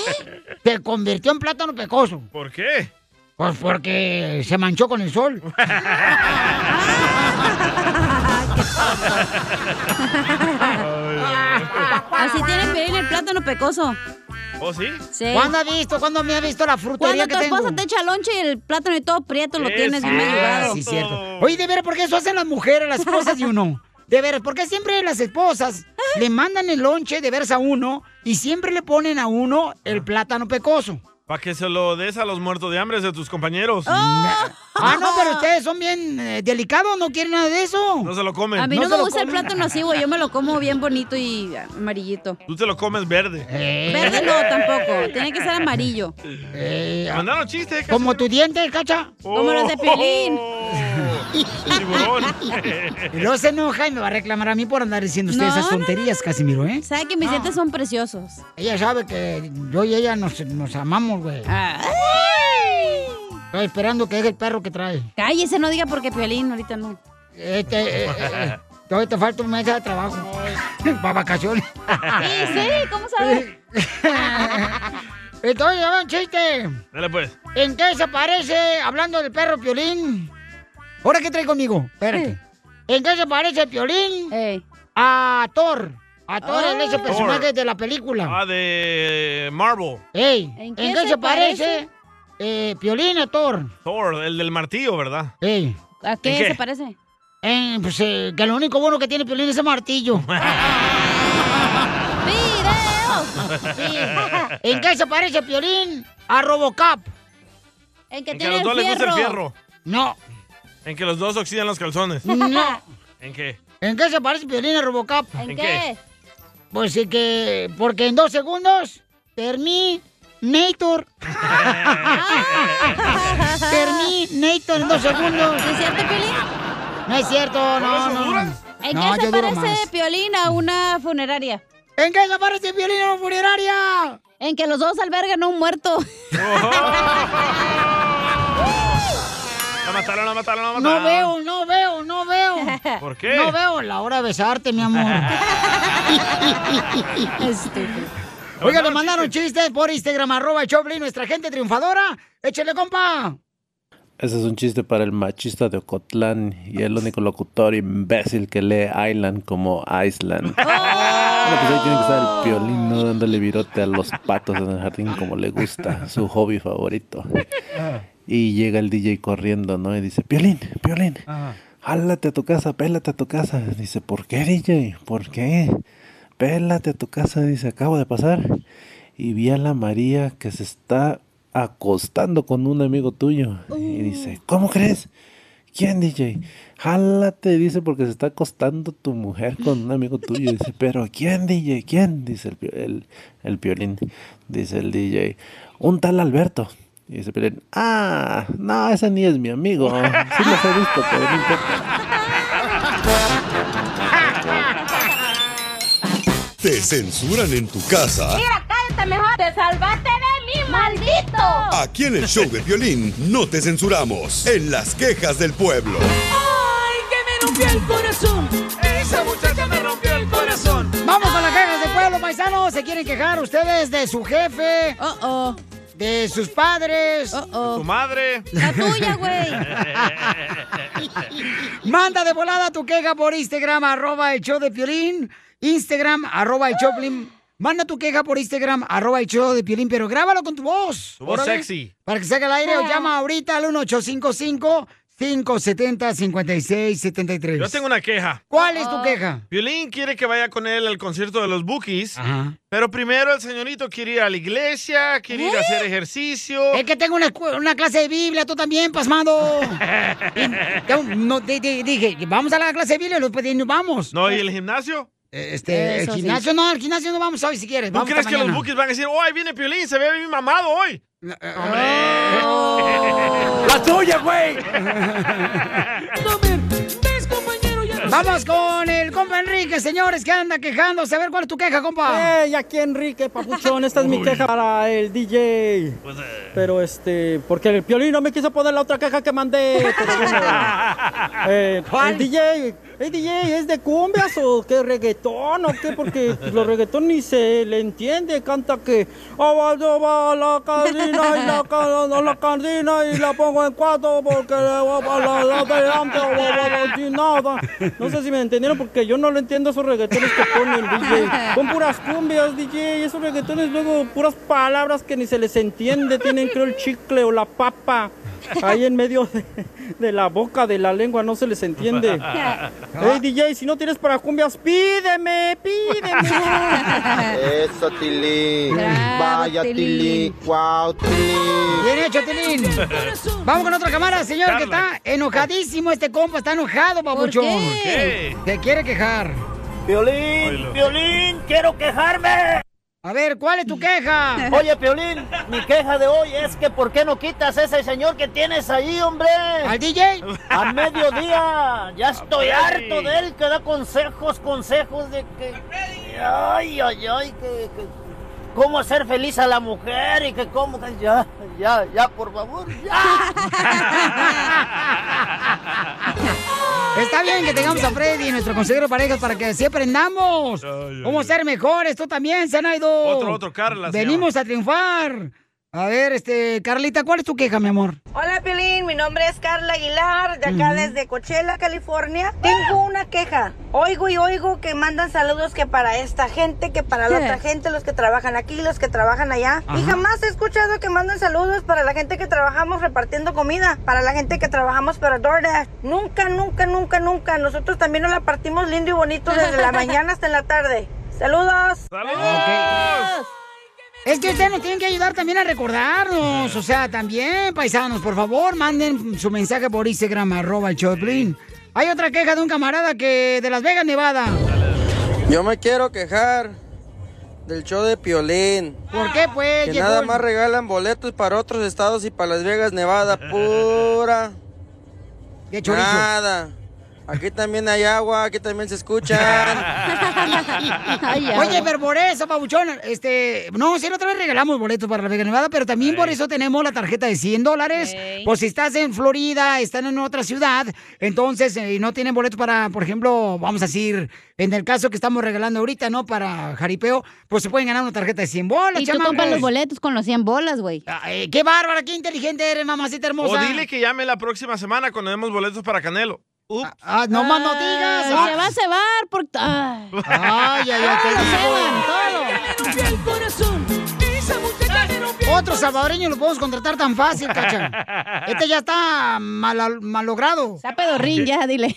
Se convirtió en plátano pecoso.
¿Por qué?
Pues porque se manchó con el sol.
Así tiene Piolín el plátano pecoso.
¿O ¿Oh, sí?
¿Cuándo ha visto? ¿Cuándo me ha visto la frutería
Cuando
que
tu
tengo?
esposa te echa lonche y el plátano y todo prieto lo
Es
tienes bien
cierto.
madrugado.
Ah, sí, cierto. Oye, de veras, ¿por qué eso hacen las mujeres, las esposas de uno? De veras, ¿por qué siempre las esposas le mandan el lonche de veras a uno y siempre le ponen a uno el plátano pecoso?
Para que se lo des a los muertos de hambre de tus compañeros.
Ah, no, pero ustedes son bien eh, delicados, no quieren nada de eso.
No se lo comen.
A mí no,
se
me
lo
gusta el
comen.
plátano así, güey. Yo me lo como bien bonito y amarillito.
Tú te lo comes verde.
Eh. Verde no, tampoco. Tiene que ser amarillo.
Eh, Mandaron chistes.
Como tu diente, cacha.
Como los
Oh.
de Pelín.
Y luego se enoja y me va a reclamar a mí por andar diciendo ustedes
No,
esas
no, no.
tonterías, Casimiro, ¿eh?
Sabe que
Ah.
mis dientes son preciosos.
Ella sabe que yo y ella nos, nos amamos, güey. Estoy esperando que deje el perro que trae.
Cállese, no diga porque Piolín ahorita no.
Este, eh, eh, todavía te falta un mes de trabajo. Para vacaciones.
Sí, sí, ¿cómo sabe?
Entonces, ya va un chiste.
Dale pues.
¿En qué se parece, hablando del perro Piolín? ¿Ahora qué trae conmigo? Espérate. ¿En qué se parece el Piolín? A Thor. A Thor,
Ah.
el ese personaje de la película.
Ah, de Marvel.
Ey,
¿En
¿en
qué
qué,
se
se, parece, eh, Piolín a Thor?
Thor, el del martillo, ¿verdad?
Ey.
¿A
qué ¿En qué? se
parece?
Eh, pues eh, que lo único bueno que tiene Piolín es el martillo. ¿En qué se parece Piolín a Robocop?
En que
En que a los dos les gusta el fierro.
No.
En que los dos oxidan los calzones.
No.
¿En qué?
¿En qué se parece Piolín a Robocop?
¿En ¿En qué?
Pues sí que, porque en dos segundos, Terminator. Terminator en dos segundos.
¿Es cierto, Piolín?
No es cierto, no, no.
¿En
No,
qué se
yo duro
parece
más.
Piolín a una funeraria?
¿En qué se parece Piolín a una funeraria?
En que los dos albergan a un muerto.
La mataron, la mataron, la mataron.
No veo, no veo, no veo.
¿Por qué?
No veo la hora de besarte, mi amor. Estúpido. Oiga, me mandaron chistes por Instagram, arroba el Choplin, nuestra gente triunfadora. Échale, compa.
Ese es un chiste para el machista de Ocotlán y el único locutor imbécil que lee Island como Island. Bueno, pues ahí tiene que estar el piolín, ¿no? dándole virote a los patos en el jardín como le gusta, su hobby favorito. Y llega el DJ corriendo, ¿no? Y dice, Piolín, Piolín, jálate a tu casa, pélate a tu casa. Dice, ¿por qué, DJ? ¿Por qué? Pélate a tu casa, dice, acabo de pasar. Y vi a la María que se está acostando con un amigo tuyo. Y dice, ¿cómo crees? ¿Quién, DJ? Jálate, dice, porque se está acostando tu mujer con un amigo tuyo. Dice, pero ¿quién, DJ? ¿Quién? Dice el, pi- el, el piolín. Dice el DJ, un tal Alberto. Y dice el piolín, ah, no, ese ni es mi amigo. Sí los he visto, pero no importa.
Te censuran en tu casa.
Ah.
cállate mejor. Te salvaste de mí, maldito.
Aquí en el show de violín no te censuramos. En las quejas del pueblo.
Ay, que me rompió el corazón. Esa muchacha me rompió el corazón.
Vamos con las quejas de pueblo, paisanos. Se quieren quejar ustedes de su jefe. De sus padres.
Tu madre.
La tuya, Manda de volada tu queja por Instagram, arroba el show de Piolín. Instagram, arroba el Choplin. Manda tu queja por Instagram, arroba el show de Piolín, pero grábalo con tu voz.
Tu voz
órale,
sexy.
Para que se haga el aire o llama ahorita al 1855-570-5673.
Yo tengo una queja.
¿Cuál es tu queja?
Violín quiere que vaya con él al concierto de los Bookies. Pero primero el señorito quiere ir a la iglesia, quiere ir a hacer ejercicio.
¿Eh? Es que tengo una, escu- una clase de Biblia, tú también, pasmado. Tengo- no, di- di- dije, vamos a la clase de Biblia, después dije, vamos.
¿No? ¿Y el gimnasio?
Este, el gimnasio no, al gimnasio no vamos hoy si quieres.
¿Tú
vamos
crees
hasta
que los
mañana.
Bookies van a decir, oh, ahí viene Piolín, se ve bien mamado hoy? ¡Hombre!
¡La tuya, güey! Vamos con el compa Enrique, señores, que anda quejándose. A ver cuál es tu queja, compa.
¡Ey, aquí Enrique, papuchón! Esta es mi queja para el DJ. Pero este, porque el piolín no me quiso poner la otra caja que mandé. pero bueno. Eh, el DJ
hey DJ, ¿es de cumbias o qué reggaetón o qué? Porque los reggaetón ni se le entiende, canta que "Oh, va la cardina y la, ca- la cardina y la pongo en cuatro porque la, la, la, la de antes, la- la- la- la- nada. No sé si me entendieron porque yo no lo entiendo esos reggaetones que ponen DJ. Son puras cumbias, DJ, esos reggaetones luego puras palabras que ni se les entiende, tienen creo el chicle o la papa ahí en medio de, de la boca, de la lengua, no se les entiende. Hey DJ, si no tienes para cumbias, pídeme, pídeme.
Eso, Tilín. Vaya, Tilín. Wow, Tilín.
Bien hecho, Tilín. Vamos con otra cámara, señor, que está enojadísimo este compa. Está enojado, papuchón.
qué?
Te quiere quejar.
Piolín, Piolín, quiero quejarme.
A ver, ¿cuál es tu queja?
Oye, Piolín, mi queja de hoy es que ¿por qué no quitas ese señor que tienes ahí, hombre?
¿Al DJ?
A mediodía. Ya estoy
Ay.
harto de él que da consejos, consejos de que... Ay, ay, ay, que... que- Cómo hacer feliz a la mujer y que cómo... que- Ya, ya, ya, por favor,
Está bien que tengamos a Freddy, nuestro consejero de parejas, para que así aprendamos. Cómo ser mejores. Tú también, Zenaido.
Otro, otro, Carla se
Venimos a triunfar. A ver, este, Carlita, ¿cuál es tu queja, mi amor?
Hola Piolín, mi nombre es Carla Aguilar, de acá
Ujú.
desde Coachella, California. Tengo una queja. Oigo y oigo que mandan saludos que para esta gente, que para la
¿Qué?
otra gente, los que trabajan aquí, los que trabajan allá. Y
Ajá.
jamás he escuchado que mandan saludos para la gente que trabajamos repartiendo comida, para la gente que trabajamos para DoorDash. Nunca, nunca, nunca, nunca. Nosotros también nos la partimos lindo y bonito desde la mañana hasta en la tarde. Saludos.
Es que ustedes nos tienen que ayudar también a recordarnos. O sea, también, paisanos, por favor, manden su mensaje por Instagram, arroba el Choplin. Hay otra queja de un camarada que de Las Vegas, Nevada.
Yo me quiero quejar del show de Piolín.
¿Por qué, pues?
Que
llegó
nada
el-
más regalan boletos para otros estados y para Las Vegas, Nevada, pura.
De
chorizo.
Nada. Aquí también hay agua, aquí también se escuchan.
Oye, pero por eso, Pabuchón, este, no, si la otra vez regalamos boletos para la Vega Nevada, pero también por eso tenemos la tarjeta de 100 dólares. Por si estás en Florida, están en otra ciudad, entonces, eh, y no tienen boletos para, por ejemplo, vamos a decir, en el caso que estamos regalando ahorita, ¿no? Para jaripeo, pues se pueden ganar una tarjeta de 100 bolas,
Y tú compras los
chamacos.
boletos con los 100 bolas, güey.
Eh, ¡Qué bárbara! ¡Qué inteligente eres, mamacita
O
hermosa!
dile que llame la próxima semana cuando demos boletos para Canelo. Ups.
Ah, no más no digas. Ah.
Ay, se va a cebar por... Ay,
Ay, ay, ay, te
Lo
digo.
ceban, todo.
Otro salvadoreño lo podemos contratar tan fácil, cacha. Este ya está mal, malogrado. Está
pedorrín ya, dile.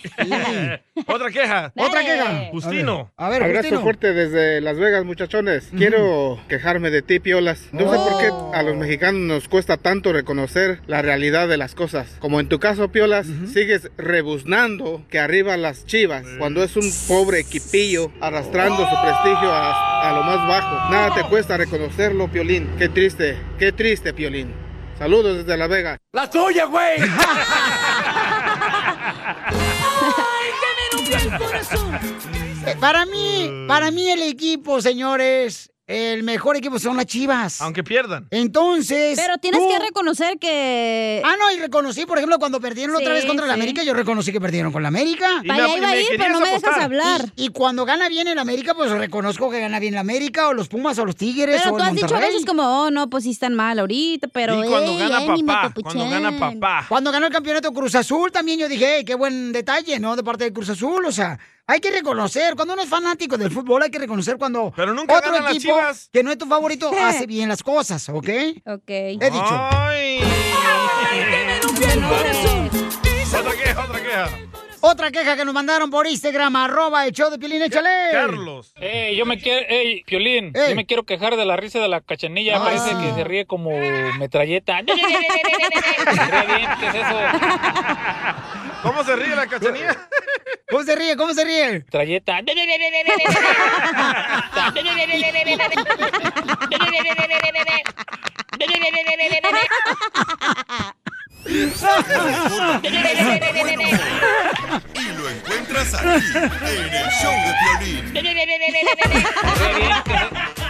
Otra queja.
Otra queja.
Justino.
A ver,
Abrazo
Justino.
fuerte desde Las Vegas, muchachones. Quiero quejarme de ti, Piolas. No sé por
Oh.
qué a los mexicanos nos cuesta tanto reconocer la realidad de las cosas. Como en tu caso, Piolas, sigues rebuznando que arriba las chivas, cuando es un pobre equipillo arrastrando su prestigio a, a lo más bajo. Nada te cuesta reconocerlo, Piolín. Qué triste, qué triste, Piolín. Saludos desde Las Vegas. ¡La tuya, güey!
Eh, Para mí, para mí el equipo, señores, el mejor equipo son las Chivas.
Aunque pierdan.
Entonces.
Pero tienes
tú-
que reconocer que...
Ah, no, y reconocí, por ejemplo, cuando perdieron otra
Sí,
vez contra la
sí.
América, yo reconocí que perdieron con la América.
Y Para me- allá iba y me a ir, pero querías no me dejas apostar. hablar.
Y, y cuando gana bien el América, pues reconozco que gana bien el América, o los Pumas, o los Tigres,
Pero
o
tú
el
has dicho a
Monterrey.
veces como, oh, no, pues sí están mal ahorita, pero...
Y cuando
ey,
gana
ánimo,
papá,
papuchón.
cuando gana papá.
Cuando ganó el campeonato Cruz Azul también yo dije, "Ey, qué buen detalle, ¿no? De parte de Cruz Azul, o sea, hay que reconocer, cuando uno es fanático del fútbol, hay que reconocer cuando
Pero nunca
otro
ganan las
equipo
Chivas.
que no es tu favorito hace bien las cosas, ¿ok?
Ok.
He dicho.
Otra queja, otra queja.
Otra queja que nos mandaron por Instagram, arroba el show de Piolín, échale.
Ey, yo me quiero, ey, Ah. Piolín, yo me quiero quejar de la risa de la cachanilla, parece que se ríe como metralleta. Se ríe bien, ¿qué es eso?
¿Cómo se ríe la cachanilla?
¿Cómo se ríe? ¿Cómo se ríe?
Trayeta.
Y lo encuentras aquí, en el show de Piolín.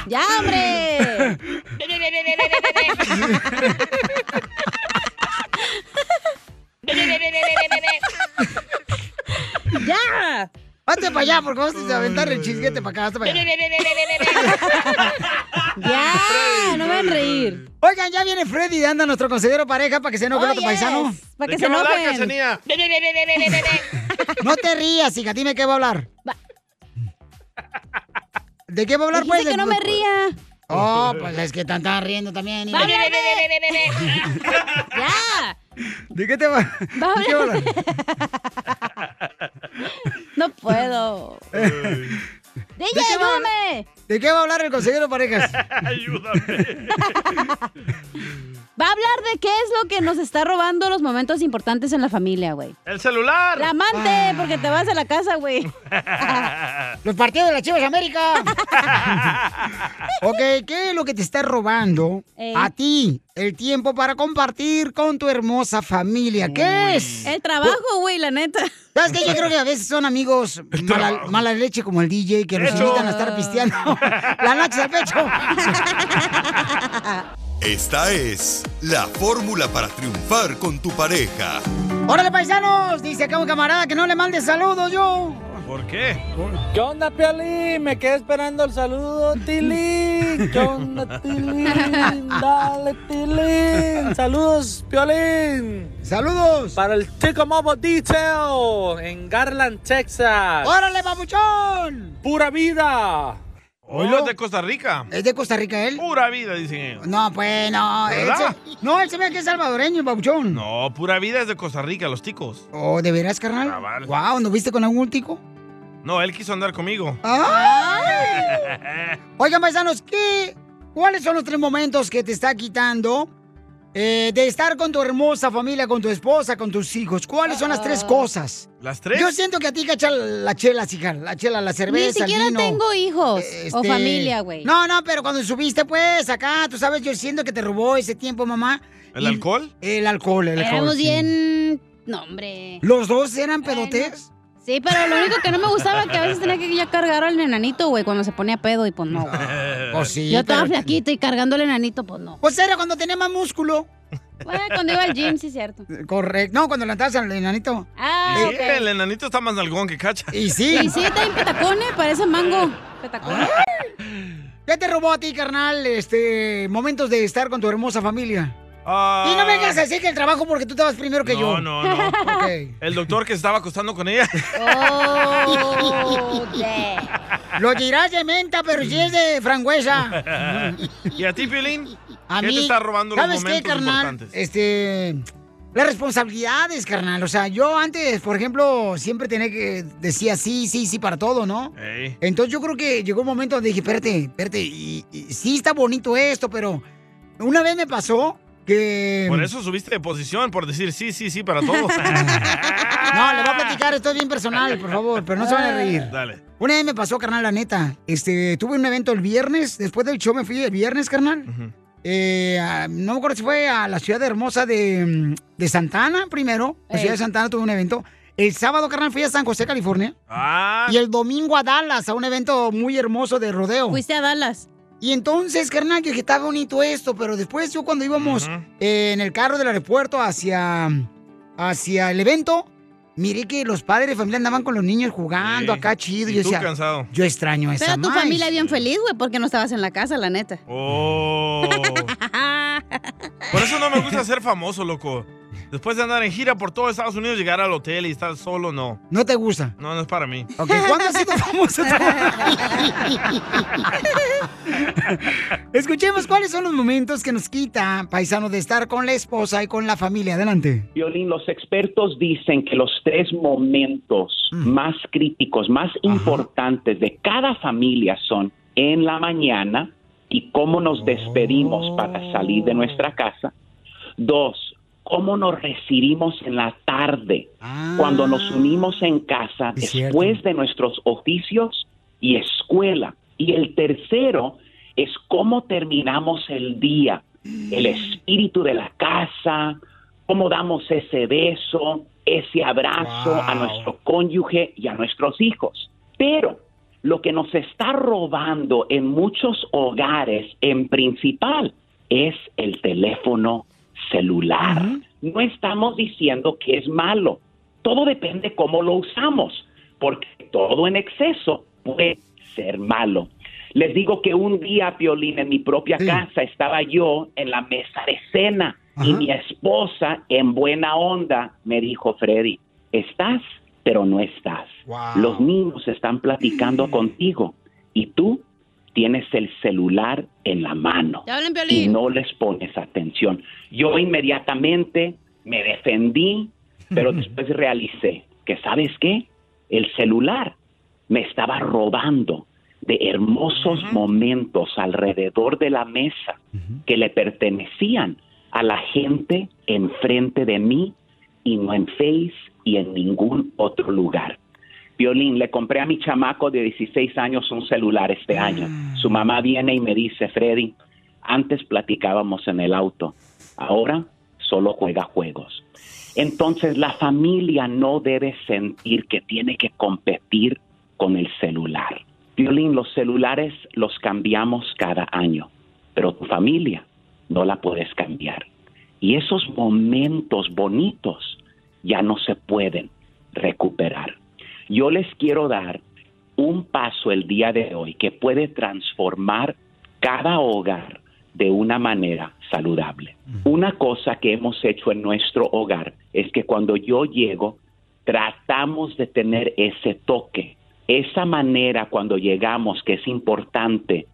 ¡Ya, hombre! ¡Ya!
porque vas a aventar el chisguete para acá, hasta para allá.
ya, no van a reír.
Oigan, ya viene Freddy y anda nuestro consejero pareja para que se enoje el
Oh,
otro
yes,
paisano.
para ¿De que qué se va a hablar, enojen. Cachanilla?
no te rías, hija, dime qué va a hablar. ¿De qué va a hablar,
Dijiste
pues?
que no me
ría. Oh, pues es que te andaba riendo también. hija.
Va a hablar de- ya.
¿De qué te va?
Va a
¿De qué va a
hablar. No puedo.
hablar?
DJ,
qué va a hablar?
ayúdame.
¿De qué va a hablar el consejero parejas?
Va a hablar de qué es lo que nos está robando los momentos importantes en la familia, güey.
¡El celular!
La amante,
Ah.
porque te vas a la casa, güey.
Los partidos de las Chivas América. ok, ¿qué es lo que te está robando
Ey.
a ti el tiempo para compartir con tu hermosa familia? ¿Qué es?
El trabajo, güey, la neta.
¿Sabes qué? Yo creo que a veces son amigos mala, mala leche como el DJ que nos
Eso.
invitan a estar pisteando la noche al pecho.
Esta es la fórmula para triunfar con tu pareja.
¡Órale, paisanos! Dice acá un camarada que no le mande saludos yo.
¿Por qué?
¿Qué onda, Pioli? Me quedé esperando el saludo, Tilín. ¿Qué onda, Tilín? Dale, Tilín. Saludos, Piolín.
Saludos.
Para el Chico Mobo Detail en Garland, Texas.
¡Órale, papuchón!
¡Pura vida!
Hoy
Oh.
los de Costa Rica.
¿Es de Costa Rica él?
Pura vida, dicen ellos.
No, pues no. él
¿Verdad?
se- no, él se ve que es salvadoreño, el papuchón.
No, pura vida es de Costa Rica, los ticos.
¿O de veras, carnal?
Cabal.
Wow, ¿no viste con algún tico?
No, él quiso andar conmigo.
¡Ay! Oigan, paisanos, ¿qué, ¿cuáles son los tres momentos que te está quitando eh, de estar con tu hermosa familia, con tu esposa, con tus hijos? ¿Cuáles son las tres cosas?
Ah. ¿Las tres?
Yo siento que a ti, cacha, la chela, hija, la chela, la cerveza,
Ni
el
siquiera
vino.
tengo hijos o
Este,
familia, güey.
No, no, pero cuando subiste, pues, acá, tú sabes, yo siento que te robó ese tiempo, mamá.
¿El alcohol?
El alcohol, el alcohol.
Éramos
sí.
bien. No, hombre. Eh,
¿Los dos eran pedotes?
Sí, pero lo único que no me gustaba que a veces tenía que ya cargar al enanito, güey, cuando se ponía pedo y pues no. güey.
Pues sí,
Yo estaba
pero-
flaquito y cargando el enanito, pues no.
Pues era cuando tenía más músculo.
Bueno, cuando iba al gym, sí, cierto.
Correcto. No, cuando levantabas al enanito.
Ah,
Sí,
ok.
el enanito está más nalgón que cacha.
Y sí.
Y sí, está en petacone, parece mango. Petacone.
¿Qué te robó a ti, carnal, este, momentos de estar con tu hermosa familia?
Ah.
Y no me vengas a decir que el trabajo porque tú estabas primero que yo.
No, no, no.
Ok.
El doctor que se estaba acostando con ella.
Oh,
Lo dirás de menta, pero si es de frangüesa.
¿Y a ti, Piolín?
A
¿Qué
mí,
te está robando los
¿Sabes
momentos
qué, carnal?
importantes?
Este, las responsabilidades, carnal. O sea, yo antes, por ejemplo, siempre tenía que decía sí, sí, sí para todo, ¿no?
Ey.
Entonces yo creo que llegó un momento donde dije, espérate, espérate, y, y sí está bonito esto, pero una vez me pasó que...
Por eso subiste de posición, por decir sí, sí, sí para todo.
No, le voy a platicar, esto es bien personal, por favor, pero no se van a reír.
Dale.
Una vez me pasó, carnal, la neta. Este, tuve un evento el viernes, después del show me fui el viernes, carnal. Eh, a- no me acuerdo si fue a la ciudad hermosa de, mm, de Santana primero. La
Ey.
ciudad de Santana tuve un evento. El sábado, carnal, fui a San José, California.
Ah,
Y el domingo a Dallas, a un evento muy hermoso de rodeo. Fuiste
a Dallas.
Y entonces, carnal, yo dije, está bonito esto, pero después yo cuando íbamos eh, en el carro del aeropuerto hacia, hacia el evento, miré que los padres de familia andaban con los niños jugando
Sí.
acá chido.
Y
yo
tú
decía,
cansado.
yo extraño a esa
Pero tu
maíz".
familia bien feliz, güey, porque no estabas en la casa, la neta.
Oh. Por eso no me gusta ser famoso, loco. Después de andar en gira por todo Estados Unidos, llegar al hotel y estar solo, no.
No te gusta.
No, no es para mí.
Ok, ¿cuándo has sido famoso? Escuchemos cuáles son los momentos que nos quita, paisano, de estar con la esposa y con la familia. Adelante.
Violín, los expertos dicen que los tres momentos más críticos, más importantes de cada familia son en la mañana y cómo nos despedimos para salir de nuestra casa. Dos, cómo nos recibimos en la tarde cuando nos unimos en casa después de nuestros oficios y escuela. Y el tercero es cómo terminamos el día, el espíritu de la casa, cómo damos ese beso, ese abrazo a nuestro cónyuge y a nuestros hijos. Pero lo que nos está robando en muchos hogares, en principal, es el teléfono celular. No estamos diciendo que es malo. Todo depende cómo lo usamos. porque todo en exceso puede ser malo. Les digo que un día, Piolín, en mi propia casa estaba yo en la mesa de cena y mi esposa, en buena onda, me dijo, Freddy, estás, pero no estás. Los niños están platicando contigo y tú tienes el celular en la mano
Te hablan,
y
Piolín.
no les pones atención. Yo inmediatamente me defendí, pero después realicé que, ¿sabes qué? El celular me estaba robando de hermosos momentos alrededor de la mesa que le pertenecían a la gente enfrente de mí y no en Face y en ningún otro lugar. Violín, le compré a mi chamaco de 16 años un celular este año. Su mamá viene y me dice, Freddy, antes platicábamos en el auto, ahora solo juega juegos. Entonces la familia no debe sentir que tiene que competir con el celular. Violín, los celulares los cambiamos cada año, pero tu familia no la puedes cambiar. Y esos momentos bonitos ya no se pueden recuperar. Yo les quiero dar un paso el día de hoy que puede transformar cada hogar de una manera saludable. Una cosa que hemos hecho en nuestro hogar es que cuando yo llego, tratamos de tener ese toque, esa manera cuando llegamos que es importante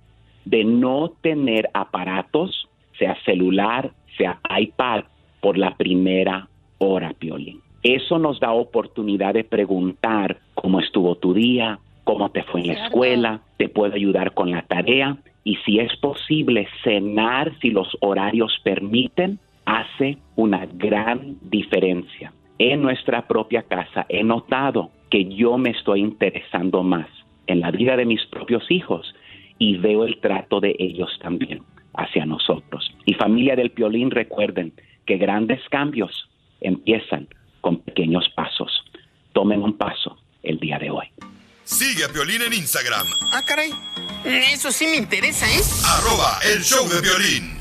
de no tener aparatos, sea celular, sea iPad, por la primera hora, Piolín. Eso nos da oportunidad de preguntar cómo estuvo tu día, cómo te fue en la escuela, te puedo ayudar con la tarea y si es posible cenar, si los horarios permiten, hace una gran diferencia. En nuestra propia casa he notado que yo me estoy interesando más en la vida de mis propios hijos y veo el trato de ellos también hacia nosotros. Y familia del Piolín, recuerden que grandes cambios empiezan con pequeños pasos. Tomen un paso el día de hoy.
Sigue a Piolín en Instagram,
Ah, caray. Eso sí me interesa, ¿eh?
Ah. arroba el show de violín.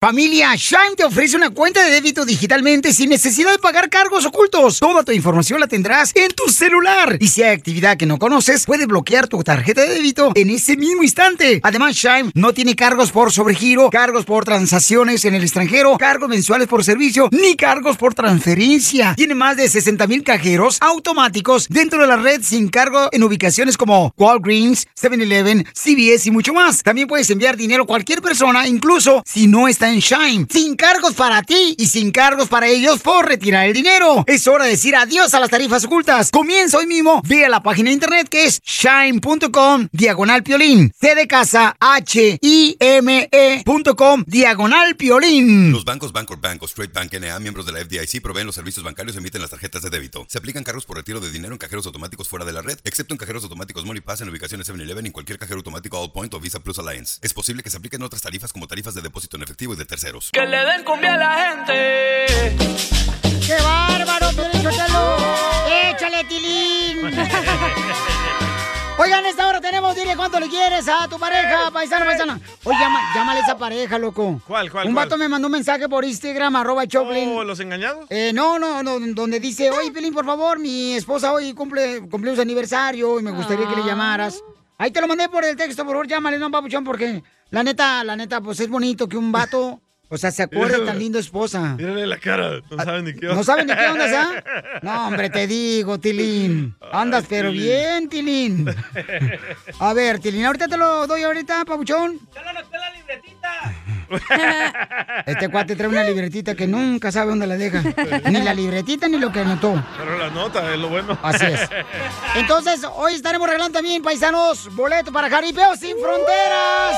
Familia, Shine te ofrece una cuenta de débito digitalmente sin necesidad de pagar cargos ocultos. Toda tu información la tendrás en tu celular. Y si hay actividad que no conoces, puedes bloquear tu tarjeta de débito en ese mismo instante. Además, Shine no tiene cargos por sobregiro, cargos por transacciones en el extranjero, cargos mensuales por servicio, ni cargos por transferencia. Tiene más de 60 mil cajeros automáticos dentro de la red sin cargo en ubicaciones como Walgreens, 7-Eleven, CVS y mucho más. También puedes enviar dinero a cualquier persona, incluso si no está en Shine. Sin cargos para ti y sin cargos para ellos por retirar el dinero. Es hora de decir adiós a las tarifas ocultas. Comienza hoy mismo vía la página de internet que es shine.com diagonal piolín. C de casa H I M E.com diagonal piolín.
Los bancos Bancorp Bank o Straight Bank NA, miembros de la FDIC, proveen los servicios bancarios y emiten las tarjetas de débito. Se aplican cargos por retiro de dinero en cajeros automáticos fuera de la red, excepto en cajeros automáticos MoneyPass en ubicaciones 7-Eleven y en cualquier cajero automático All Point o Visa Plus Alliance. Es posible que se apliquen otras tarifas como tarifas de depósito en efectivo y de terceros.
Que le den cumbia a la gente.
¡Qué bárbaro, Piolín Sotelo! ¡Échale, Tilín! Oigan, esta hora tenemos, dile cuánto le quieres a tu pareja, paisano, paisana. Oye, llama- llámale a esa pareja, loco.
¿Cuál, cuál,
Un
cuál?
vato me mandó un mensaje por Instagram, arroba Choplin.
Oh, ¿Los engañados?
Eh, no, no, no, donde dice, oye, Pelín, por favor, mi esposa hoy cumple, cumplió su aniversario y me gustaría
Ah.
que le llamaras. Ahí te lo mandé por el texto, por favor, llámale, no, papuchón, porque la neta, la neta, pues es bonito que un vato, o sea, se acuerde tan lindo esposa.
Mírale la cara, no saben ni qué
Ah. ¿No saben de qué onda, ¿ah? No, hombre, te digo, Tilín. Andas pero
Tilín.
bien, Tilín. A ver, Tilín, ahorita te lo doy ahorita, papuchón. Este cuate trae una libretita que nunca sabe dónde la deja. Ni la libretita ni lo que anotó.
Pero la nota es lo bueno.
Así es. Entonces, hoy estaremos regalando también, paisanos, boleto para Jaripeo Sin Fronteras.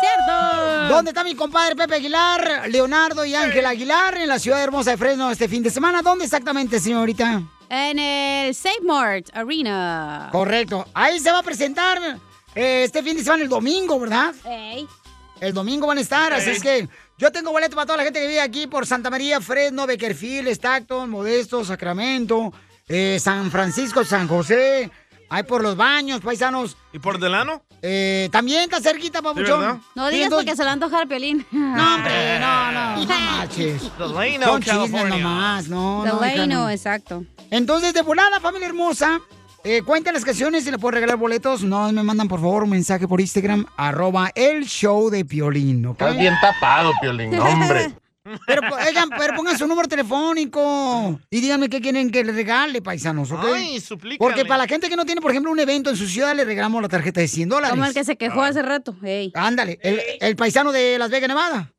¡Cierto!
¿Dónde está mi compadre Pepe Aguilar, Leonardo y Ángel Aguilar en la ciudad hermosa de Fresno este fin de semana? ¿Dónde exactamente, señorita?
En el Save Mart Arena.
Correcto. Ahí se va a presentar eh, este fin de semana, el domingo, ¿verdad?
Ey.
El domingo van a estar, así
Ey.
es que yo tengo boleto para toda la gente que vive aquí por Santa María, Fresno, Beckerfield, Stockton, Modesto, Sacramento, eh, San Francisco, San José, Hay por los baños, paisanos.
¿Y por Delano?
Eh, también está cerquita, papuchón.
verdad?
No digas porque se lo antojar, Piolín. No,
hombre, no, no. marches.
Delano,
Son chismes
California.
nomás, no, no, hija,
Delano,
no.
exacto.
Entonces, de volada, familia hermosa. Eh, cuenten las canciones y le puedo regalar boletos. No me mandan, por favor, un mensaje por Instagram, arroba el show de Piolín, ¿ok?
Estás bien tapado, Piolín, no, hombre.
Pero, po- oigan, pero pongan su número telefónico y díganme qué quieren que les regale, paisanos, ¿ok?
Ay, suplícale.
Porque para la gente que no tiene, por ejemplo, un evento en su ciudad, le regalamos la tarjeta de 100 dólares.
Como el que se
Ah.
quejó hace rato. Ey.
Ándale, el, el paisano de Las Vegas, Nevada.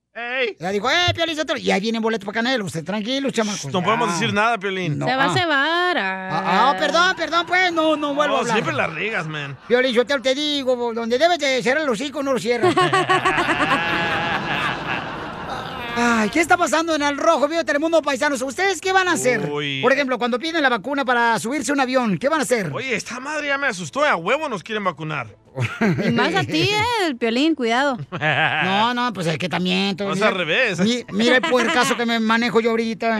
Ya dijo, eh, Piolín, Sotelo", y ahí viene boleto para Canelo. Usted tranquilo, chamacos. Ah.
No podemos decir nada, Piolín.
No, Se va a ah.
cebar.
Ah, ah, perdón, perdón, pues, no, no vuelvo a
No,
hablar.
siempre la riegas, man.
Piolín, yo te, te digo, donde debes de cerrar los hocico, no los cierras. Ay, ¿qué está pasando en el rojo, vivo Telemundo Paisanos? ¿Ustedes qué van a hacer?
Uy.
Por ejemplo, cuando piden la vacuna para subirse a un avión, ¿qué van a hacer?
Oye, esta madre ya me asustó. A huevo nos quieren vacunar.
Y más a ti, eh, el Piolín, cuidado.
No, no, pues es que también. todo-
No es
mira-
al revés.
mi- mira el puercazo que me manejo yo ahorita.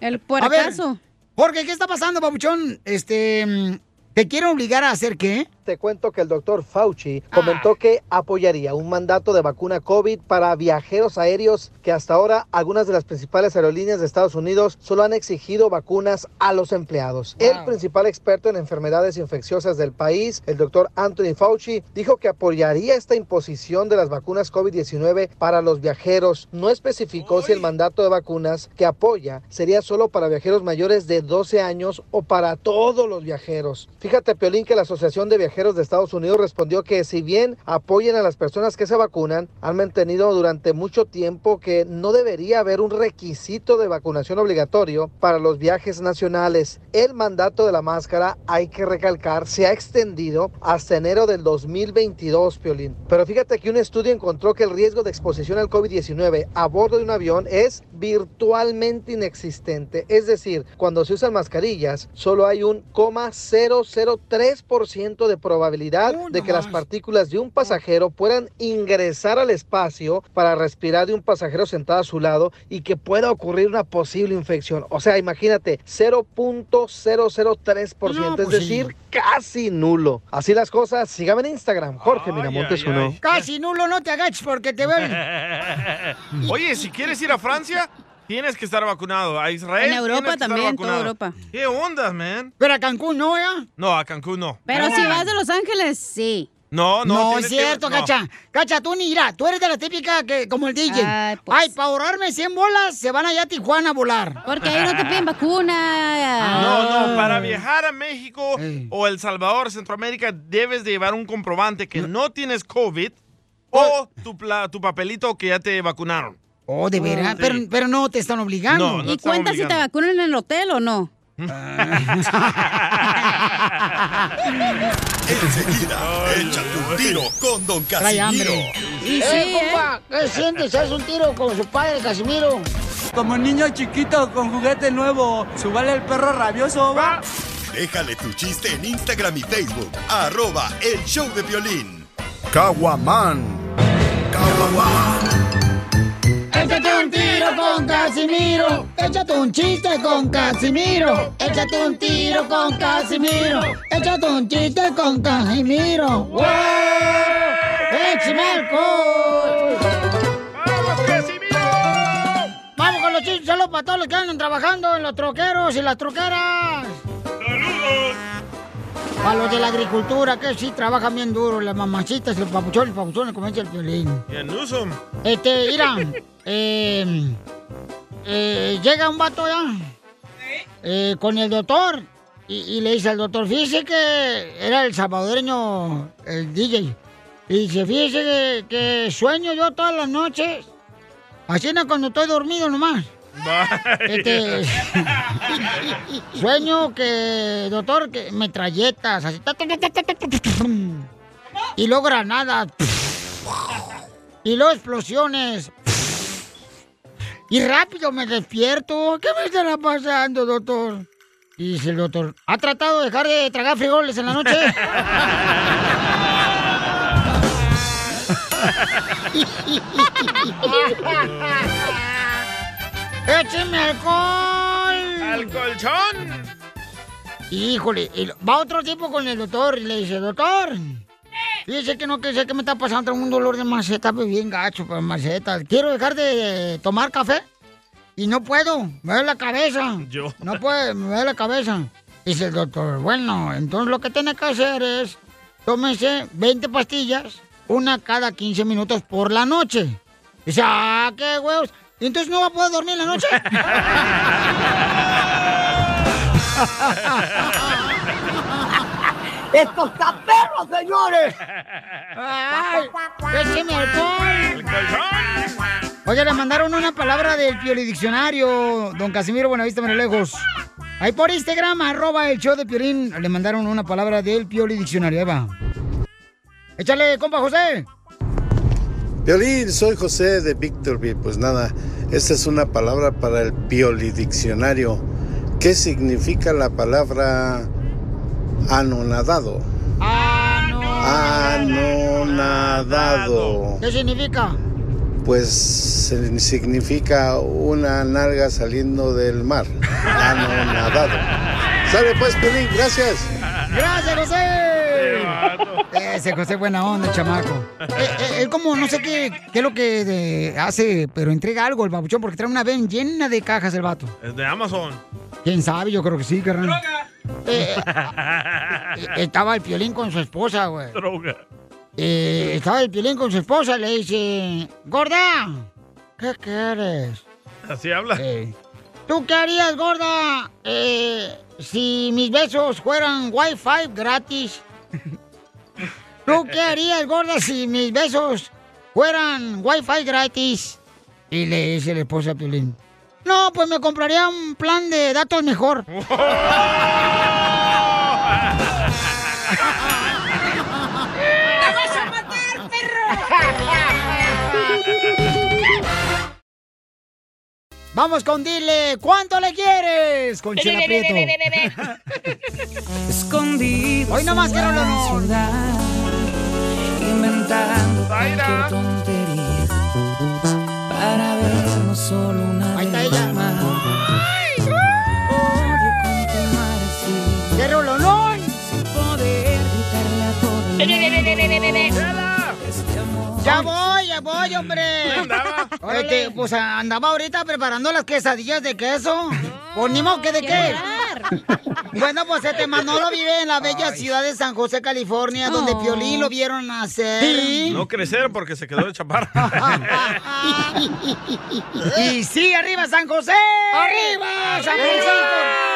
El
puercazo. Jorge, ¿qué está pasando, babuchón? Este, mm, ¿te quieren obligar a hacer qué?
Te cuento que el doctor Fauci comentó que apoyaría un mandato de vacuna COVID para viajeros aéreos que hasta ahora algunas de las principales aerolíneas de Estados Unidos solo han exigido vacunas a los empleados. El principal experto en enfermedades infecciosas del país, el doctor Anthony Fauci, dijo que apoyaría esta imposición de las vacunas COVID-19 para los viajeros. No especificó si el mandato de vacunas que apoya sería solo para viajeros mayores de 12 años o para todos los viajeros. Fíjate, Piolín, que la Asociación de Viajeros de Estados Unidos respondió que si bien apoyan a las personas que se vacunan, han mantenido durante mucho tiempo que no debería haber un requisito de vacunación obligatorio para los viajes nacionales. El mandato de la máscara, hay que recalcar, se ha extendido hasta enero del 2022, Piolín. Pero fíjate que un estudio encontró que el riesgo de exposición al COVID-19 a bordo de un avión es virtualmente inexistente. Es decir, cuando se usan mascarillas, solo hay un 0,003% de probabilidad de que las partículas de un pasajero puedan ingresar al espacio para respirar de un pasajero sentado a su lado y que pueda ocurrir una posible infección. O sea, imagínate, 0.003%,
No,
es
pues sí.
decir, casi nulo. Así las cosas, síganme en Instagram, Jorge Miramontes uno.
Casi nulo, no te agaches porque te veo.
Oye, si quieres ir a Francia, tienes que estar vacunado. A Israel.
En Europa
tienes que estar
también, toda
vacunado.
Europa.
¿Qué onda, man?
Pero a Cancún no, ¿ya?
No, a Cancún no. Ah,
Pero si vas de Los Ángeles, sí.
No, no.
No,
tienes
es
que-
cierto,
no.
Cacha. Cacha, tú ni irá. Tú eres de la típica que, como el DJ.
Ah,
Ay,
pues.
para ahorrarme 100 bolas, se van allá a Tijuana a volar. Ah,
Porque ahí no te piden vacuna.
No, no, para viajar a México o El Salvador, Centroamérica, debes de llevar un comprobante que no tienes COVID o tu, pla- tu papelito que ya te vacunaron.
Oh, de veras.
Sí.
Pero, pero no te están obligando.
No, no te
¿Y
están
cuenta si te
obligando.
vacunan en el hotel o no?
Enseguida, échate un tiro con Don Casimiro.
eh, compa, ¿qué sientes? ¿Haz un tiro con su padre, Casimiro?
Como niño chiquito con juguete nuevo, subale el perro rabioso, va.
Déjale tu chiste en Instagram y Facebook. Arroba el show de violín.
Caguaman.
Échate un tiro con Casimiro. Échate un chiste con Casimiro. Échate un tiro con Casimiro. Échate un chiste con Casimiro. ¡Wow! ¡Échame alcohol! ¡Vamos, Casimiro! Vamos con los chistes. Saludos para todos los que andan trabajando en los troqueros y las troqueras. ¡Saludos! Para los de la agricultura, que sí trabajan bien duro. Las mamacitas, los papuchones, los papuchones, como dice el violín.
Y a Newsom.
Este, mira, eh, eh, llega un vato ya eh, con el doctor y, y le dice al doctor, fíjese que era el salvadoreño, el DJ, y dice, fíjese que, que sueño yo todas las noches, así no cuando estoy dormido nomás. Este, sueño que, doctor, que metralletas, así, ta, ta, ta, ta, ta, ta, ta, ta, y luego granadas, y luego explosiones. Y rápido me despierto. ¿Qué me estará pasando, doctor? Y dice el doctor, ¿ha tratado de dejar de tragar frijoles en la noche? ¡Écheme alcohol!
¡Al colchón!
Híjole, y lo- va otro tipo con el doctor y le dice, doctor, fíjese que no, que sé que me está pasando un dolor de maceta, pues, bien gacho, pues maceta. Quiero dejar de tomar café y no puedo, me duele la cabeza.
Yo.
No puedo, me duele la cabeza. Dice el doctor, bueno, entonces lo que tiene que hacer es, tómese 20 pastillas, una cada 15 minutos por la noche. Dice, ah, qué huevos. ¿Y entonces no va a poder dormir en la noche?
¡Estos caperros, señores!
¡Ay! ¡Déjeme alcohol! Oye, le mandaron una palabra del Piolidiccionario, don Casimiro Buenavista Morelejos. Ahí por Instagram, arroba el show de Piolín, le mandaron una palabra del Piolidiccionario. Ahí va. Échale, compa José.
Piolín, soy José de Victorville. Pues nada, esta es una palabra para el Pioli Diccionario. ¿Qué significa la palabra anonadado? Ah. Anonadado.
¿Qué significa?
Pues se- significa una nalga saliendo del mar. Anonadado. Sale pues, Piolín, gracias.
¡Gracias, José! Ese José buena onda, chamaco. Eh, eh, él como, no sé qué, qué es lo que de- hace, pero entrega algo el babuchón, porque trae una ven llena de cajas el vato.
Es de Amazon.
¿Quién sabe? Yo creo que sí, carnal. Eh, estaba el Piolín con su esposa, güey.
Droga.
Eh, estaba el Piolín con su esposa, le dice, gorda, ¿qué quieres?
Así habla.
¿Tú qué harías, gorda, eh, si mis besos fueran Wi-Fi gratis? ¿Tú qué harías, gorda, si mis besos fueran Wi-Fi gratis? Y le dice la esposa a Piolín, no, pues me compraría un plan de datos mejor.
¡Te vas a matar, perro!
Vamos con dile, ¿cuánto le quieres? Con Chela Prieto.
Escondido.
Hoy nomás quiero hablar.
Inventando cualquier tontería. Para vernos solo una Ahí está ella.
¡Qué rolonón!
Sin poder gritarle a todo el mundo.
Ya voy, ya voy, hombre. Este, pues a- andaba ahorita preparando las quesadillas de queso. Pues ni modo que de qué. Bueno, pues este Manolo vive en la bella ciudad de San José, California, donde Piolín lo vieron nacer.
No crecer porque se quedó de chaparra.
y sí, arriba San José. Arriba San
¡Arriba!
Francisco.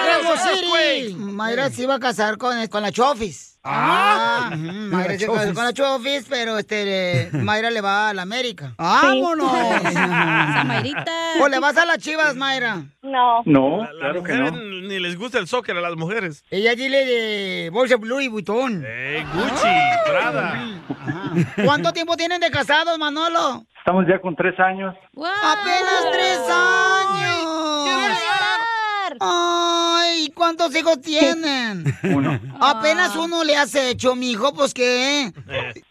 ¡Arriba,
Durango City. Mayra se iba a casar con, con la Chofis.
Ah.
Ujú, Mayra
La
se casó
Chofis.
con la Chofis, pero este eh, Mayra le va a la América. ¡Vámonos!
Esa Mayrita.
¿O le vas a las Chivas, Mayra? No.
No,
claro que
no. Ni les gusta el soccer a las mujeres.
Ella dile de bolsa Louis Vuitton.
Eh, Gucci, Prada.
¿Cuánto tiempo tienen de casados, Manolo?
Estamos ya con tres años.
Apenas tres años. Ay, ¿cuántos hijos tienen?
Uno.
Apenas uno le has hecho, mijo, pues qué.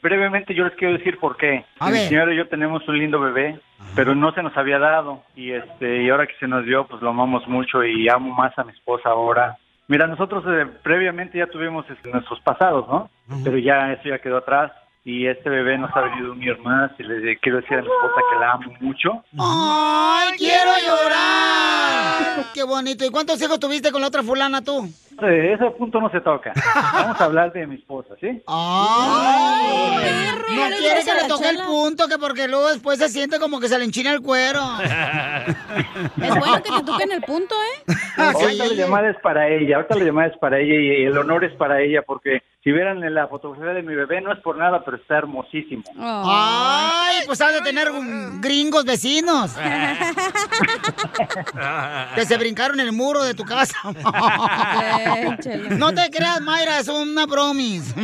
Brevemente yo les quiero decir por qué.
A
Mi
ver.
señora y yo tenemos un lindo bebé, pero no se nos había dado y este y ahora que se nos dio, pues lo amamos mucho y amo más a mi esposa ahora. Mira, nosotros eh, previamente ya tuvimos este, nuestros pasados, ¿no? Pero ya eso ya quedó atrás y este bebé nos ha venido a unir más y le le quiero decir a mi esposa que la amo mucho.
Ay, quiero llorar. Qué bonito. ¿Y cuántos hijos tuviste con la otra fulana tú?
Eh, Ese punto no se toca. Vamos a hablar de mi esposa, ¿sí?
Ah. Ay,
ya
no
le
quiere
digas a
que le
la
toque el punto, que porque luego después se siente como que se le enchina el cuero.
Es bueno que te toquen el punto, ¿eh?
Ahorita la llamada es para ella, ahorita la llamada es para ella y el honor es para ella porque si vieran la fotografía de mi bebé no es por nada, pero está hermosísimo.
Ay, pues has de tener un- gringos vecinos. Que se brincaron el muro de tu casa. No te creas, Mayra, es una promis.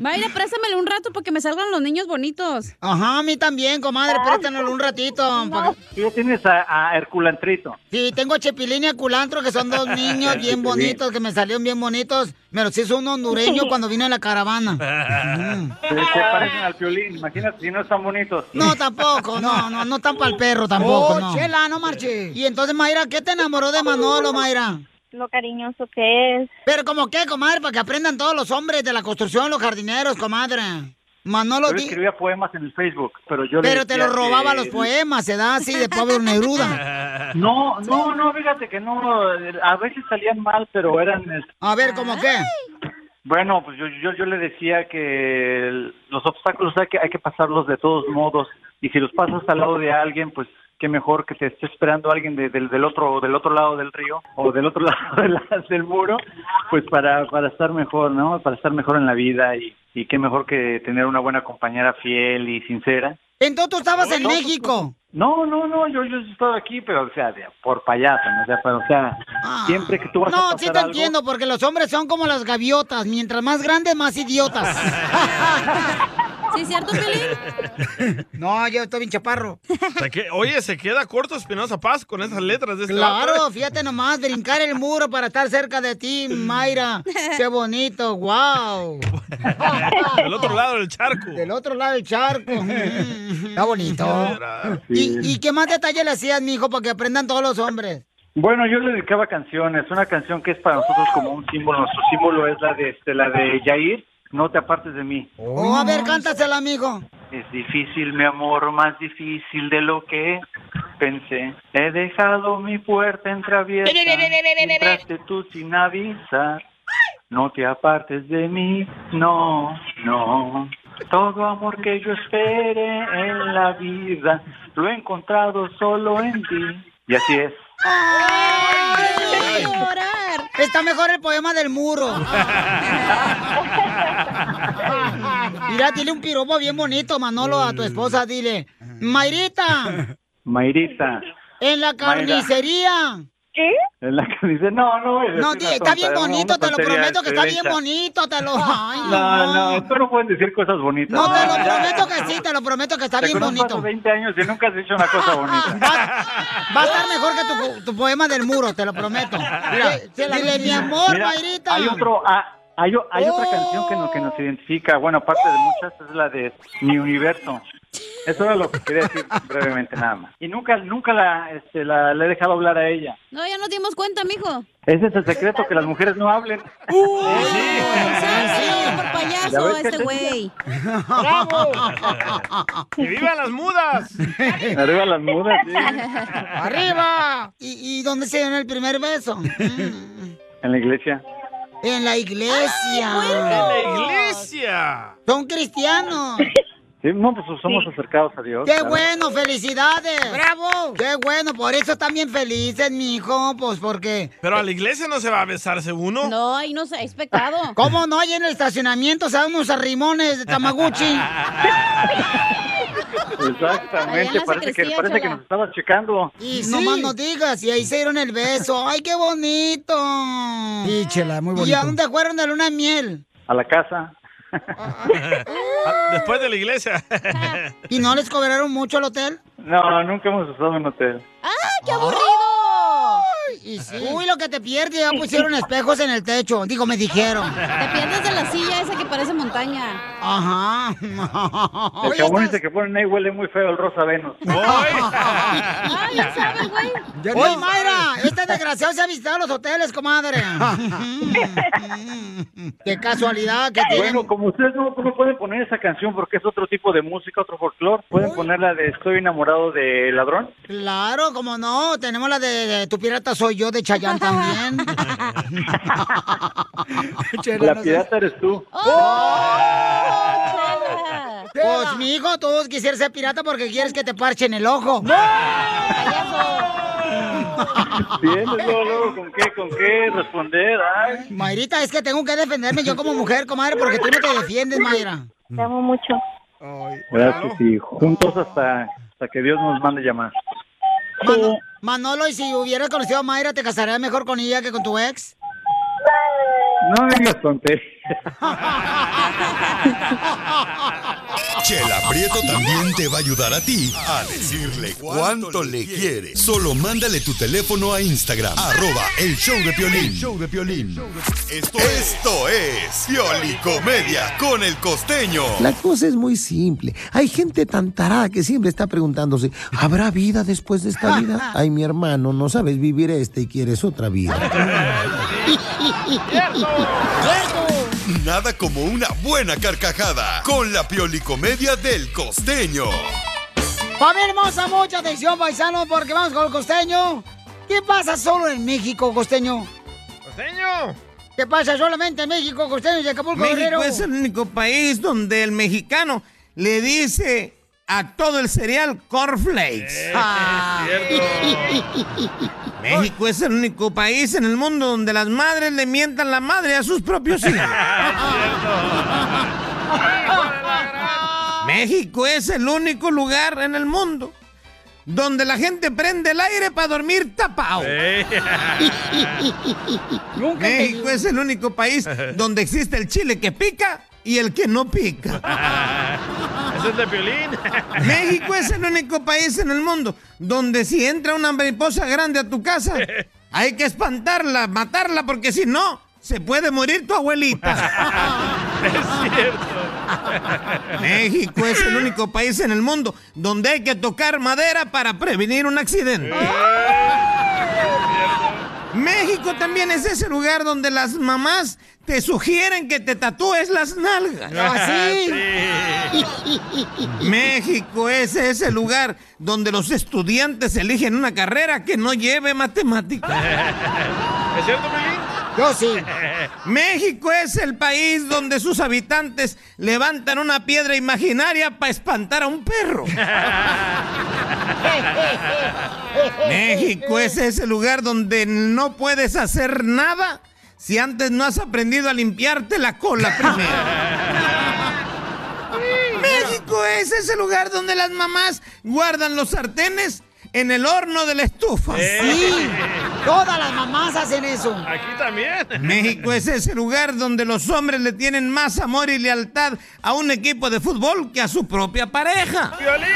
Mayra, préstamelo un rato porque me salgan los niños bonitos.
Ajá, a mí también, comadre, préstanoslo un ratito. pa' que-
Tú ya tienes a, a Herculantrito.
Sí, tengo a Chepilín y a Culantro, que son dos niños bien bonitos, que me salieron bien bonitos. Me los hizo un hondureño cuando vino a la caravana.
Se, se parecen al violín, imagínate si no están bonitos.
No, tampoco, no, no, no tan para el perro tampoco,
Oh,
no. Chela, no marche. Y entonces, Mayra, ¿qué te enamoró de Manolo, Mayra?
lo cariñoso que es.
Pero como qué, comadre, para que aprendan todos los hombres de la construcción, los jardineros, comadre. Manolo
Yo
di-
escribía poemas en el Facebook, pero yo le
Pero te
decía
los robaba
que-
los poemas, se da así de Pablo Neruda.
No, no, no, fíjate que no, a veces salían mal, pero eran...
A ver, ¿cómo qué?
Bueno, pues yo, yo, yo le decía que el- los obstáculos hay que, hay que pasarlos de todos modos, y si los pasas al lado de alguien, pues qué mejor que te esté esperando alguien de- del- del otro del otro lado del río o del otro lado de la- del muro, pues para, para estar mejor, ¿no? Para estar mejor en la vida y, y qué mejor que tener una buena compañera fiel y sincera.
Entonces tú estabas en México.
No, no, no, yo, yo he estado aquí, pero, o sea, de- por payaso, ¿no? O sea, pero, o sea, siempre que tú vas a
Ah. No,
pasar
sí te
algo-
entiendo, porque los hombres son como las gaviotas. Mientras más grandes, más idiotas.
¿Sí es cierto, Pelín?
No, yo estoy bien chaparro.
Se que- Oye, se queda corto Espinosa Paz con esas letras
Pues
de este
Claro,
vato.
fíjate nomás, brincar el muro para estar cerca de ti, Mayra. Qué bonito, wow.
Del otro lado del charco.
Del otro lado del charco. Mm, Está bonito. ¿Y, y qué más detalle le hacías, mijo, para que aprendan todos los hombres?
Bueno, yo le dedicaba canciones, una canción que es para nosotros como un símbolo, su símbolo es la de, este, la de Yair, No te apartes de mí.
Oh, a ver, cántasela, amigo.
Es difícil, mi amor, más difícil de lo que pensé. He dejado mi puerta entreabierta, entraste tú sin avisar. No te apartes de mí, no, no. Todo amor que yo espere en la vida, lo he encontrado solo en ti. Y así es.
Ay, Está mejor el poema del muro. Mira, dile un piropo bien bonito, Manolo, a tu esposa. Dile, Mayrita,
Mayrita,
en la carnicería.
¿Qué?
en la que dice, no, no. es
No,
una
di- está bien
tonta,
bonito,
una
te lo
tontería,
prometo que está bien
derecha.
bonito, te lo... Ay,
No,
no.
no, tú no puedes decir cosas bonitas.
No, te lo prometo que sí, te lo prometo que está
Te
bien
conozco
bonito.
hace 20 años y nunca has dicho una cosa bonita.
Va a estar mejor que tu, tu poema del muro, te lo prometo. Dile- Dile, mi amor,
Mira,
Mayrita. Oh.
Hay otro, ah, hay, o- hay otra canción que nos, que nos identifica. Bueno, aparte de muchas, es la de Mi Universo. Eso era lo que quería decir brevemente nada más. Y nunca, nunca la, este, la, la he dejado hablar a ella.
No, ya nos dimos cuenta, mijo.
Ese es el secreto, que las mujeres no hablen.
Oh,
Ah, Por
Ya
payaso
ves que
este
te-
güey.
¡Bravo! ¡Que vivan las mudas!
Arriba las mudas. sí.
¡Arriba! ¿Y, y dónde se dieron el primer beso? Mm,
En la iglesia.
En la iglesia.
¡En la iglesia!
Son cristianos.
Sí, no, pues somos acercados a Dios.
¡Qué
claro.
bueno! ¡Felicidades! ¡Bravo! ¡Qué bueno! Por eso están bien felices, mijo. Pues porque.
Pero a la iglesia no se va a besarse uno.
No, ahí no sé, es pecado.
¿Cómo no? Hay en el estacionamiento se dan unos arrimones de Tamaguchi.
Allá en
Exactamente,
la
parece que,
sacristía,
parece que
Chela.
nos estabas checando.
Y no más no digas, y ahí se dieron el beso. ¡Ay, qué bonito! Sí, chela, muy ¿Y
bonito.
a dónde fueron de luna de miel?
A la casa.
Ah, Después de la iglesia.
¿Y no les cobraron mucho al hotel?
No, nunca hemos usado un hotel.
¡Ah, qué aburrido! Uy, lo que te pierdes, Ah, ya pusieron espejos en el techo. Digo, me dijeron.
Te pierdes de la silla esa que parece montaña.
Ajá.
El jabón ese que ponen ahí huele muy feo el rosa Venus.
Ay, ya sabe, güey.
Oye, Mayra, este desgraciado se ha visitado los hoteles, comadre. Qué casualidad que tienen.
Bueno, como ustedes no, no pueden poner esa canción porque es otro tipo de música, otro folclore, pueden poner la de Estoy enamorado de ladrón.
Claro, como no. Tenemos la de, de Tu pirata soy yo de Chayán también. Chela,
la
no seas-
pirata eres tú.
Oh,
Oh,
Pues, mijo, todos quisieran ser pirata porque quieres que te parchen el ojo.
Tienes luego, luego, con qué, con qué responder. Ay.
Mayrita, es que tengo que defenderme yo como mujer, comadre, porque tú no te defiendes, Mayra.
Te amo mucho.
Gracias, hijo. Juntos hasta, hasta que Dios nos mande llamar.
Mano- Manolo, y si hubieras conocido a Mayra, ¿te casarías mejor con ella que con tu ex?
No digas tonterías.
Chela Prieto también te va a ayudar a ti a decirle cuánto le quiere. Solo mándale tu teléfono a Instagram, arroba el show de Piolín. Show de Piolín. Esto, esto es Pioli Comedia con el costeño.
La cosa es muy simple. Hay gente tan tarada que siempre está preguntándose, ¿habrá vida después de esta vida? Ay, mi hermano, no sabes vivir esta y quieres otra vida.
Nada como una buena carcajada con la Pioli Comedia del costeño.
Familia hermosa, mucha atención, paisano, porque vamos con el costeño. ¿Qué pasa solo en México, costeño?
¡Costeño!
¿Qué pasa solamente en México, costeño y Acapulco,
México
Guerrero?
es el único país donde el mexicano le dice a todo el cereal cornflakes.
Ah.
México es el único país en el mundo donde las madres le mientan la madre a sus propios hijos. México es el único lugar en el mundo donde la gente prende el aire para dormir tapado. México es el único país donde existe el chile que pica y el que no pica.
Ese es de Piolín.
México es el único país en el mundo donde si entra una mariposa grande a tu casa, hay que espantarla, matarla, porque si no, se puede morir tu abuelita.
Es cierto.
México es el único país en el mundo donde hay que tocar madera para prevenir un accidente. México también es ese lugar donde las mamás te sugieren que te tatúes las nalgas.
Ah, Así.
México es ese lugar donde los estudiantes eligen una carrera que no lleve matemáticas.
¿Es cierto, Piolín?
Yo sí.
México es el país donde sus habitantes levantan una piedra imaginaria para espantar a un perro. México es ese lugar donde no puedes hacer nada si antes no has aprendido a limpiarte la cola primero. México es ese lugar donde las mamás guardan los sartenes en el horno de la estufa.
Sí, todas las mamás hacen eso.
Aquí también.
México es ese lugar donde los hombres le tienen más amor y lealtad a un equipo de fútbol que a su propia pareja.
¡Violín,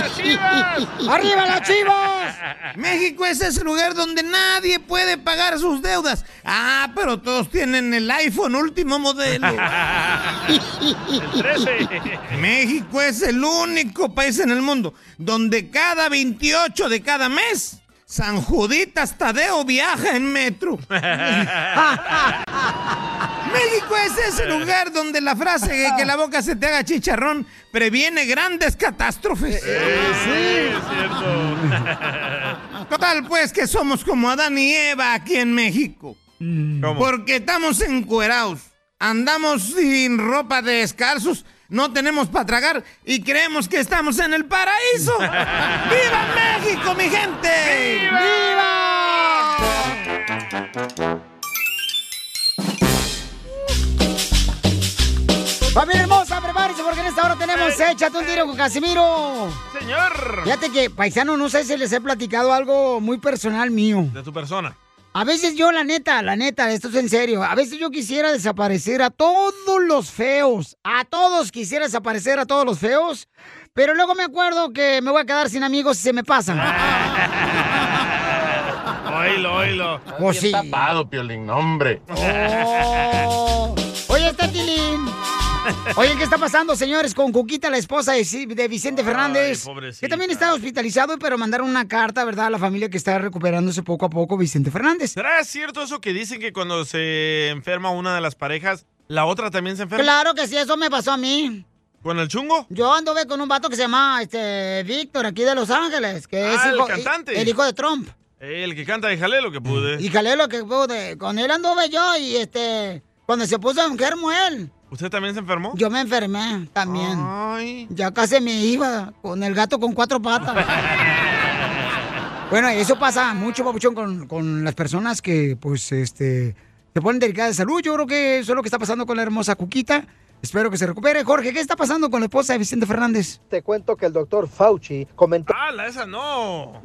las chivas!
¡Arriba las chivas! México es ese lugar donde nadie puede pagar sus deudas. Ah, pero todos tienen el iPhone último modelo.
El 13.
México es el único país en el mundo donde cada 28 de cada mes San Juditas Tadeo viaja en metro. México es ese lugar donde la frase que, que la boca se te haga chicharrón previene grandes catástrofes.
es cierto.
Total, pues que somos como Adán y Eva aquí en México. Mm. Porque estamos encuerados, andamos sin ropa de descalzos, no tenemos para tragar y creemos que estamos en el paraíso. ¡Viva México, mi gente!
¡Viva!
Familia hermosa, prepárense porque en esta hora tenemos
Eh.
Échate un tiro con Casimiro.
Señor.
Fíjate que, paisano, no sé si les he platicado algo muy personal mío.
De tu persona.
A veces yo, la neta, la neta, esto es en serio. A veces yo quisiera desaparecer a todos los feos. A todos quisiera desaparecer a todos los feos. Pero luego me acuerdo que me voy a quedar sin amigos si se me pasan.
Oilo, oilo.
Pues sí.
tapado, Piolín, no, hombre.
Oh. Oye, está Tilín. Oye, ¿qué está pasando, señores, con Cuquita, la esposa de, Ci- de Vicente Fernández?
pobrecita.
que también está hospitalizado, pero mandaron una carta, ¿verdad?, a la familia que está recuperándose poco a poco Vicente Fernández.
¿Será cierto eso que dicen que cuando se enferma una de las parejas, la otra también se enferma?
Claro que sí, eso me pasó a mí.
¿Con el chungo?
Yo anduve con un vato que se llama este, Víctor, aquí de Los Ángeles, que es
Ah, el
hijo,
cantante.
el hijo de Trump.
Eh, El que canta, déjale lo que pude.
Y jalé lo que pude. Con él anduve yo y este, cuando se puso enfermo él,
¿Usted también se enfermó?
yo me enfermé también. Ya casi me iba con el gato con cuatro patas. Bueno, eso pasa mucho, papuchón, con, con las personas que, pues, este, se ponen delicadas de salud. Yo creo que eso es lo que está pasando con la hermosa Cuquita. Espero que se recupere. Jorge, ¿qué está pasando con la esposa de Vicente Fernández?
Ah.
Te cuento que el doctor Fauci comentó
¡Hala, esa no!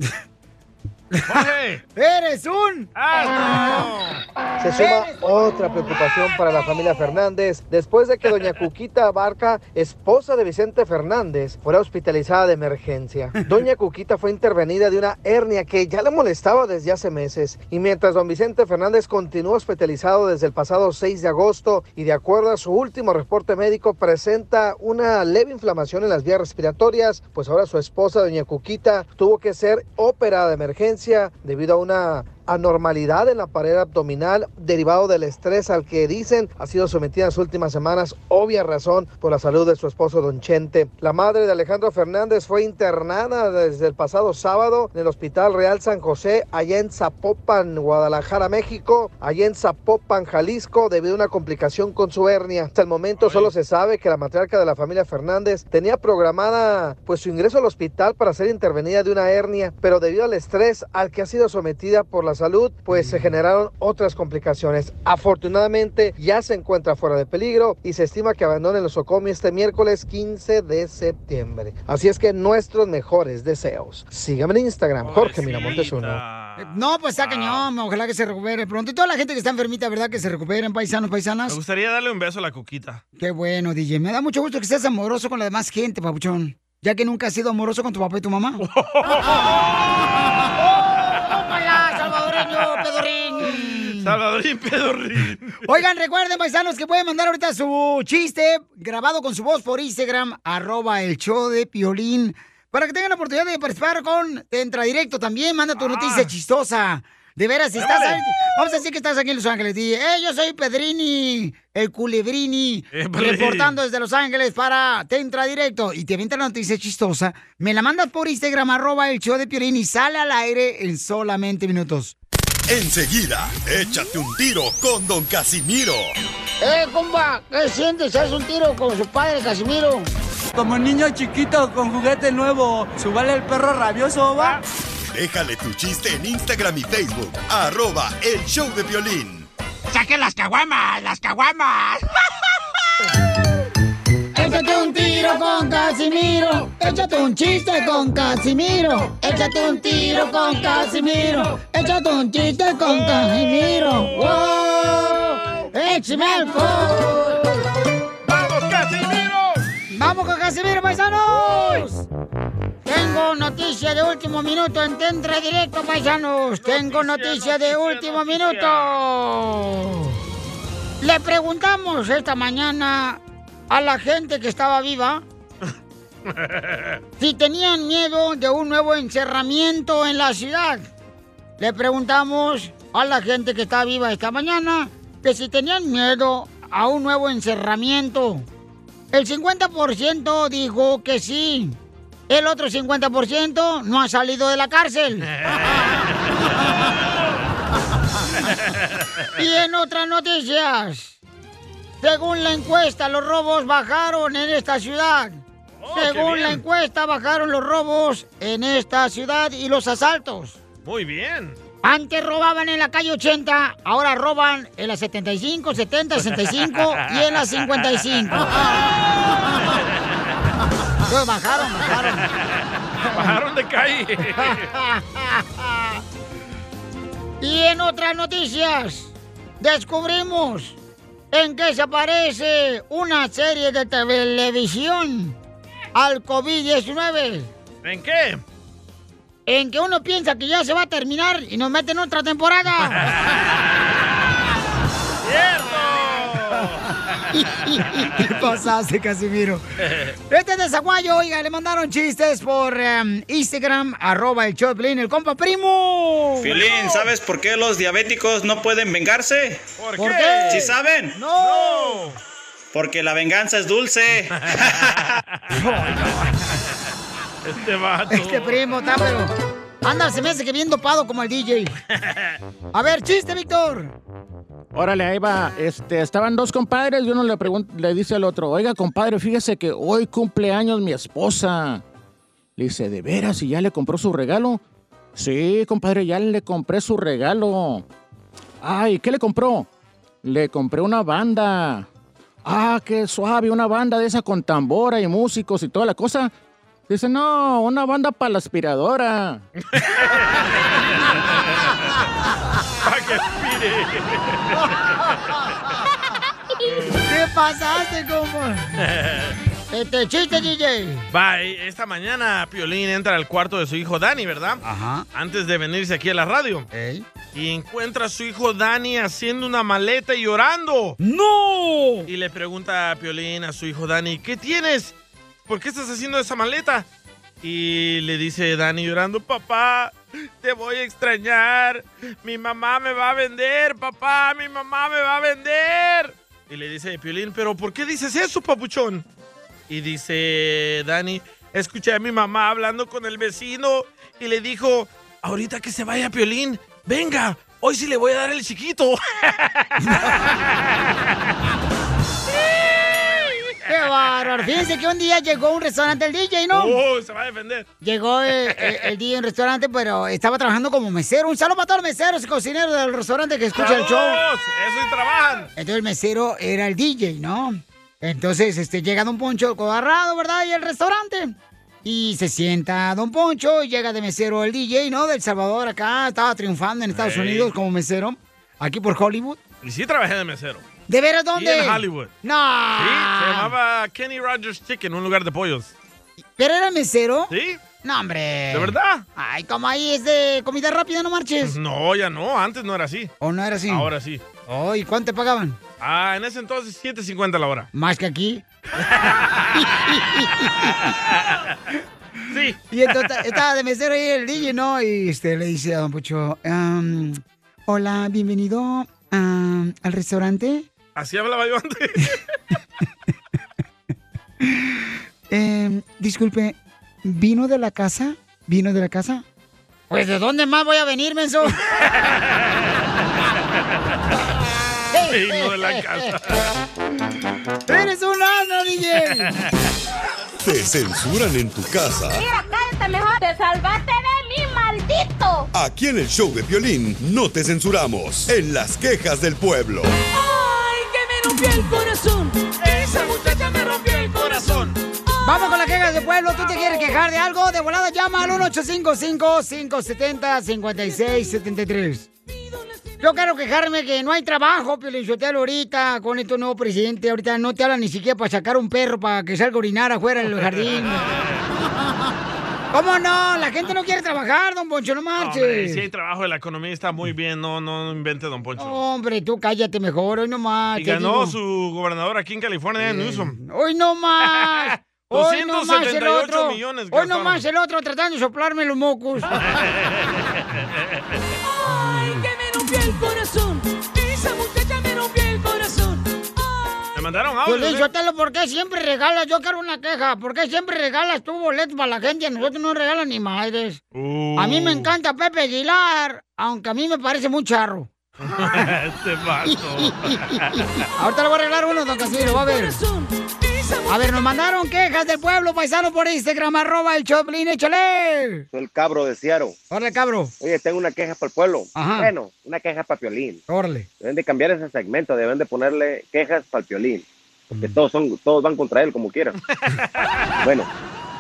¡Eres un!
Se suma otra preocupación para la familia Fernández después de que doña Cuquita Barca, esposa de Vicente Fernández, fuera hospitalizada de emergencia. Doña Cuquita fue intervenida de una hernia que ya le molestaba desde hace meses y mientras don Vicente Fernández continúa hospitalizado desde el pasado 6 de agosto y de acuerdo a su último reporte médico presenta una leve inflamación en las vías respiratorias, pues ahora su esposa doña Cuquita tuvo que ser operada de emergencia debido a una anormalidad en la pared abdominal derivado del estrés al que dicen ha sido sometida en las últimas semanas, obvia razón por la salud de su esposo Don Chente. La madre de Alejandro Fernández fue internada desde el pasado sábado en el Hospital Real San José, allá en Zapopan, Guadalajara, México, allá en Zapopan, Jalisco, debido a una complicación con su hernia. Hasta el momento solo se sabe que la matriarca de la familia Fernández tenía programada pues su ingreso al hospital para ser intervenida de una hernia, pero debido al estrés al que ha sido sometida por la la salud, pues se generaron otras complicaciones. Afortunadamente ya se encuentra fuera de peligro y se estima que abandone el osocomio este miércoles 15 de septiembre. Así es que nuestros mejores deseos. Sígame en Instagram, Jorge Miramontes uno.
No, pues está cañón, ojalá que se recupere pronto. Y toda la gente que está enfermita, ¿verdad? Que se recuperen,
Me
paisanos, paisanas.
gustaría darle un beso a la Cuquita.
Qué bueno, DJ. Me da mucho gusto que seas amoroso con la demás gente, papuchón. Ya que nunca has sido amoroso con tu papá y tu mamá.
¡Hola,
salvadoreño, pedorrín!
Salvadorín, pedorrín.
Oigan, recuerden, paisanos, que pueden mandar ahorita su chiste grabado con su voz por Instagram, arroba el show de Piolín, para que tengan la oportunidad de participar con Entra Directo también. Manda tu noticia chistosa. De veras, si estás...
Ándale.
Vamos a decir que estás aquí en Los Ángeles. Di, eh, yo soy Pedrini, el culebrini,
Épale.
reportando desde Los Ángeles para Te Entra Directo. Y te avienta la noticia chistosa. Me la mandas por Instagram, arroba el show de Piolín, y sale al aire en solamente minutos.
Enseguida, échate un tiro con Don Casimiro.
¡Eh, compa! ¿Qué sientes? ¿Haz un tiro con su padre, Casimiro?
Como niño chiquito con juguete nuevo, subale el perro rabioso, va.
Déjale tu chiste en Instagram y Facebook. Arroba el show de violín.
¡Saque las caguamas, las caguamas!
Échate un tiro con Casimiro. Échate un chiste con Casimiro. Échate un tiro con Casimiro. Échate un chiste con Casimiro. ¡Wow! ¡Échame ¡Vamos, Casimiro!
¡Vamos con Casimiro, paisanos!
Tengo noticia de último minuto en Tentra Directo, paisanos. Tengo noticia de último minuto. Le preguntamos esta mañana a la gente que estaba viva si tenían miedo de un nuevo encerramiento en la ciudad. Le preguntamos a la gente que está viva esta mañana que si tenían miedo a un nuevo encerramiento. El 50% dijo que sí. El otro 50% no ha salido de la cárcel. Y en otras noticias, según la encuesta, los robos bajaron en esta ciudad.
Oh, qué
según la
bien.
encuesta, bajaron los robos en esta ciudad y los asaltos.
Muy bien.
Antes robaban en la calle 80, ahora roban en la 75, 70, 65 y en la 55. Pues bajaron, bajaron.
Bajaron de calle.
Y en otras noticias, descubrimos en qué se parece una serie de televisión al COVID-19.
¿En qué?
En que uno piensa que ya se va a terminar y nos meten otra temporada.
¿Qué pasaste, Casimiro? Este es de Zaguayo, oiga, le mandaron chistes por em, Instagram, arroba el Choplin, el compa primo.
Filín, ¿sabes por qué los diabéticos no pueden vengarse?
¿Por ¿Por qué? qué?
¿Sí saben?
¡No!
Porque la venganza es dulce.
Este
Eh,
vato.
Este primo está, pero. Anda, se me hace que bien dopado como el DJ. A ver, chiste, Víctor.
Órale, ahí va. Este, estaban dos compadres y uno le, pregun- le dice al otro, oiga, compadre, fíjese que hoy cumple años mi esposa. Le dice, ¿de veras? ¿Y ya le compró su regalo? Sí, compadre, ya le compré su regalo. Ay, ¿qué le compró? Le compré una banda. Ah, qué suave, una banda de esa con tambora y músicos y toda la cosa.
Dice, no, una banda para la aspiradora.
Para que
¿Qué pasaste, compa? Este chiste, DJ.
Va, eh, esta mañana Piolín entra al cuarto de su hijo Dani, ¿verdad?
Ajá.
Antes de venirse aquí a la radio. Y encuentra a su hijo Dani haciendo una maleta y llorando.
¡No!
Y le pregunta a Piolín a su hijo Dani, ¿qué tienes? ¿Por qué estás haciendo esa maleta? Y le dice Dani llorando, papá, te voy a extrañar. Mi mamá me va a vender, papá, mi mamá me va a vender. Y le dice Piolín, pero ¿por qué dices eso, papuchón? Y dice Dani, escuché a mi mamá hablando con el vecino y le dijo, ahorita que se vaya Piolín, venga, hoy sí le voy a dar el chiquito.
¡Qué bárbaro! Fíjense que un día llegó a un restaurante el DJ, ¿no?
¡Oh, se va a defender!
Llegó eh, eh, el, día en un restaurante, pero estaba trabajando como mesero. Un saludo para todos los meseros y cocineros del restaurante que escucha el show.
¡Vamos! ¡Eso y trabajan!
Entonces el mesero era el DJ, ¿no? Entonces, este, llega Don Poncho cobarrado, ¿verdad? Y el restaurante. Y se sienta Don Poncho y llega de mesero el DJ, ¿no? Del Salvador acá, estaba triunfando en Estados
Ey.
Unidos como mesero, aquí por Hollywood.
Y sí trabajé de mesero.
¿De veras
Y
dónde?
en Hollywood.
No.
Sí, se llamaba Kenny Rogers Chicken, un lugar de pollos.
¿Pero era mesero?
Sí.
No, hombre.
¿De verdad?
Ay, como ahí es de comida rápida, no marches.
No, ya no, antes no era así.
¿O no era así?
Ahora sí.
Oh, ¿y cuánto te pagaban?
Ah, en ese entonces 7.50 la hora.
¿Más que aquí?
sí.
Y entonces estaba de mesero ahí el DJ, ¿no? Y este, le dice a Don Pucho, hola, bienvenido am, al restaurante.
Así hablaba yo antes.
Em, disculpe, ¿vino de la casa? ¿Vino de la casa? Pues de dónde más voy a venir, menso.
Hijo de la casa.
¡Eres un asno, DJ!
Te censuran en tu casa.
cállate mejor. Te salvaste de mí, maldito.
Aquí en el show de violín no te censuramos. En las quejas del pueblo.
Ay, que me rompió el corazón.
Esa muchacha me rompió el corazón.
Vamos con las quejas de pueblo. ¿Tú te quieres quejar de algo? De volada llama al 1855-570-5673. Yo quiero quejarme que no hay trabajo, Piolichotelo, ahorita con este nuevo presidente. Ahorita no te hablan ni siquiera para sacar un perro para que salga a orinar afuera del jardín. ¿Cómo no? La gente no quiere trabajar, don Poncho, no
Hombre,
marches.
sí hay trabajo, la economía está muy bien, no, no invente Don Poncho.
Hombre, tú cállate mejor, hoy no más.
y
te
ganó
Oh, digo.
su gobernador aquí en California, Newsom.
Hoy no más. Hoy no más el
278
otro.
millones
Hoy no
gastaron.
más el otro tratando de soplarme los mocos. Pues,
Ay, que me rompió el corazón. Esa muchacha me rompió el corazón.
Le mandaron
Yo
audio. eh?
Luis Sotelo, ¿por qué siempre regalas? Yo quiero una queja. ¿Por qué siempre regalas tú boletos para la gente y a nosotros no regalan ni madres?
Uh.
A mí me encanta Pepe Aguilar, aunque a mí me parece muy charro.
este vato.
Ahorita le voy a arreglar uno, don Casimiro, va a ver. A ver, nos mandaron quejas del pueblo paisano por Instagram, arroba el Choplin, échale.
Soy el cabro de Ciaro.
Órale, cabro.
Oye, tengo una queja para el pueblo.
Ajá.
Bueno, una queja para Piolín.
Órale.
Deben de cambiar ese segmento, deben de ponerle quejas para el Piolín. Porque
Mm.
todos, son, todos van contra él como quieran. bueno,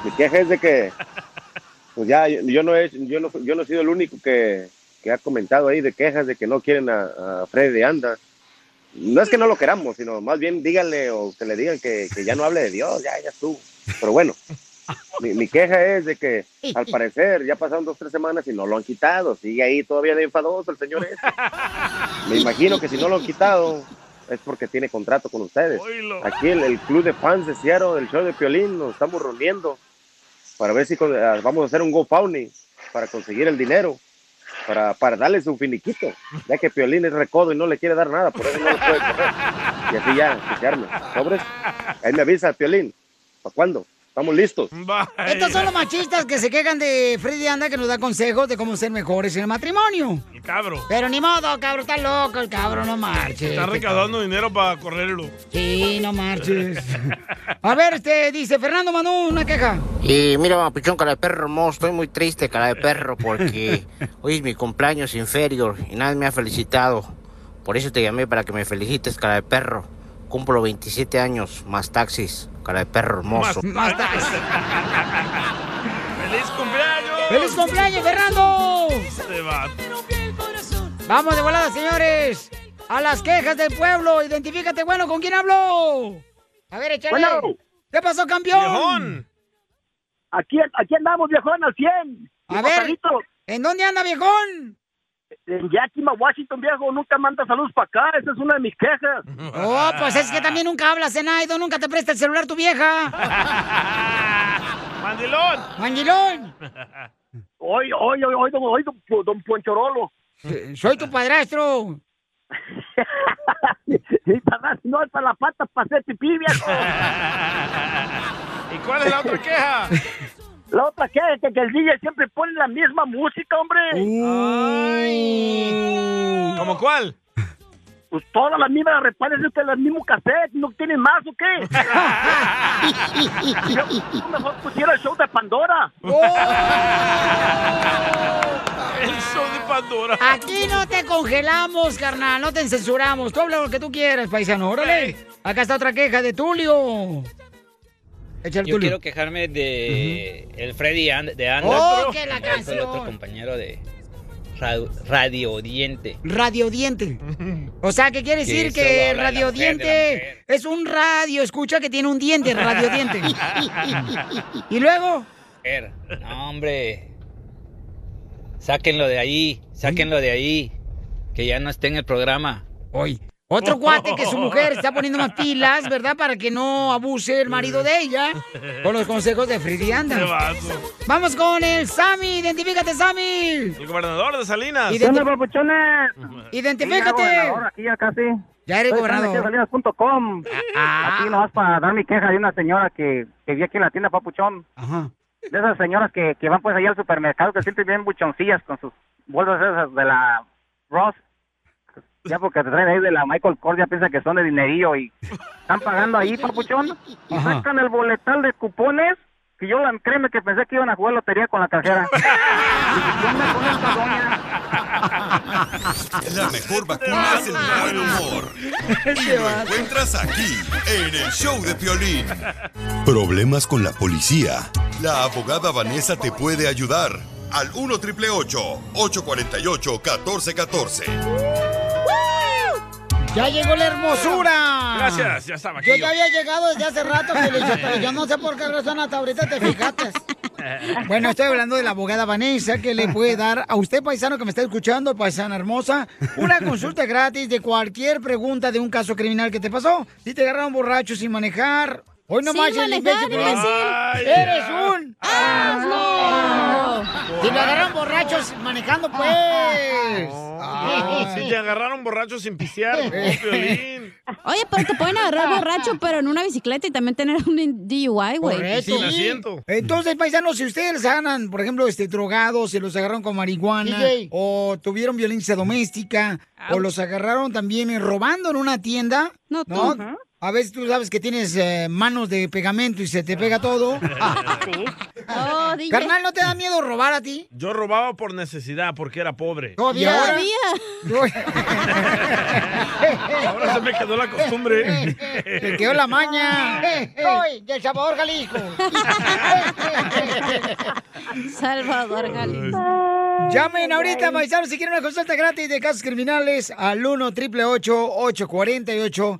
mi queja es de que... Pues ya, yo, yo no he, yo, no, yo no he sido el único que, que ha comentado ahí de quejas de que no quieren a, a Freddy de Anda. No es que no lo queramos, sino más bien díganle o que le digan que, que ya no hable de Dios, ya, ya estuvo. Pero bueno, mi, mi queja es de que al parecer ya pasaron dos, tres semanas y no lo han quitado. Sigue ahí todavía de enfadoso el señor ese. Me imagino que si no lo han quitado es porque tiene contrato con ustedes. Aquí el, el club de fans de Seattle, del show de Piolín, nos estamos reuniendo para ver si con- ah, vamos a hacer un GoFundMe para conseguir el dinero, para, para darle su finiquito, ya que Piolín es recodo y no le quiere dar nada, por eso no lo puede correr. Y así ya, que se arme. Sobres, ahí me avisa Piolín, ¿para cuándo? Estamos listos.
Estos son los machistas que se quejan de Freddy Anda que nos da consejos de cómo ser mejores en el matrimonio.
El cabro.
Pero ni modo, cabro, está loco, el cabro no marche.
Está recaudando dinero para correrlo.
Sí, no marches. A ver, este dice, Fernando mandó una queja.
Y mira, papuchón, cara de perro hermoso, estoy muy triste, cara de perro, porque hoy es mi cumpleaños inferior y nadie me ha felicitado. Por eso te llamé para que me felicites, cara de perro. Cumplo 27 años, más taxis, cara de perro hermoso.
Más, más taxi.
¡Feliz cumpleaños, Fernando!
Este vato.
Vamos de volada, señores. A las quejas del pueblo. Identifícate, bueno, ¿con quién hablo? A ver, échale.
Bueno.
¿Qué pasó, campeón?
Aquí, aquí andamos, viejón, al 100.
A ver, ¿en dónde anda, viejón?
En Yakima, Washington, viejo. Nunca manda saludos para acá. Esa es una de mis quejas.
Oh, pues es que también nunca hablas, Zenaido. Nunca te presta el celular tu vieja.
¡Mandilón!
¡Mandilón!
Hoy, hoy, hoy, hoy, don, hoy, don, don Ponchorolo.
Soy tu padrastro.
no es para la pata, para hacer pipí, viejo.
¿Y cuál es la otra queja?
La otra queja es que, que el DJ siempre pone la misma música, hombre.
Uh.
¿Cómo cuál?
Pues todas las mismas, repárense usted las mismo cassette, ¿no tienen más o qué? Yo yo mejor pusiera el show de Pandora.
Oh, El show de Pandora.
Aquí no te congelamos, carnal. No te censuramos. Tú habla lo que tú quieras, paisano. Órale. Acá está otra queja de Tulio. Echa el
Yo
Tulio.
quiero quejarme de el Freddy And- de Anda.
Oh, que la
El otro
canción.
compañero de Ra- Radio Diente.
Radiodiente. O sea, ¿qué quiere
Sí,
decir
solo
que
habla de la mujer, de la
Radiodiente es un radio? Escucha que tiene un diente, Radiodiente. y luego,
No, hombre. Sáquenlo de ahí, sáquenlo de ahí. Que ya no esté en el programa.
Hoy. otro cuate que su mujer está poniendo más pilas, ¿verdad? Para que no abuse el marido de ella con los consejos de Freddy
Este
Anda.
vato.
Vamos con el Sammy. Identifícate, Sammy.
El gobernador de Salinas.
Identi- ¿Qué onda,
Sí, ya,
Identifícate.
gobernador, aquí ya casi.
Ya eres gobernador. Ah,
Salinas.com. Aquí nomás para dar mi queja de una señora que, que vi aquí en la tienda Papuchón. De esas señoras que, que van pues allá al supermercado, que siempre vienen buchoncillas con sus bolsas esas de la Ross. Ya porque te traen ahí de la Michael Kors, ya piensan que son de dinerillo y están pagando ahí, Papuchón. Y
Ajá.
sacan el boletal de cupones. Que yo, la- créeme que pensé que iban a jugar lotería con la cajera.
La mejor vacuna es el buen humor. Y lo encuentras aquí, en el show de Piolín. Problemas con la policía. La abogada Vanessa te puede ayudar. Al 1 triple 848 1414.
Ya llegó la hermosura.
Gracias, ya estaba aquí
Yo
yo.
ya había llegado desde hace rato, Felicita, y yo no sé por qué razón hasta ahorita te fijaste. Bueno, estoy hablando de la abogada Vanessa, que le puede dar a usted, paisano que me está escuchando, paisana hermosa, una consulta gratis de cualquier pregunta de un caso criminal que te pasó. Si te agarraron borracho sin manejar, hoy no Ah.
Sin
más el
manejar,
imbécil.
imbécil. Ay, ya.
Eres un asno. Si lo agarraron borracho sin- manejando, pues.
No, si Oh, te agarraron borracho sin pisear, Piolín.
Oye, pero te pueden agarrar borracho, pero en una bicicleta y también tener un DUI, güey.
Correcto. Entonces, paisanos, si ustedes ganan, por ejemplo, este drogados, se los agarraron con marihuana,
DJ.
o tuvieron violencia doméstica, o los agarraron también eh, robando en una tienda, ¿no?
tú. Ajá.
A veces tú sabes que tienes eh, manos de pegamento y se te pega todo.
Oh, DJ.
Carnal, ¿no te da miedo robar a ti?
Yo robaba por necesidad porque era pobre.
Todavía.
Y ahora-
Todavía.
Ahora se me quedó la costumbre.
Te quedó la maña. Soy del Salvador, Jalisco.
Salvador Jalisco.
Llamen ahorita, paisanos, si quieren una consulta gratis de casos criminales al 1 888 848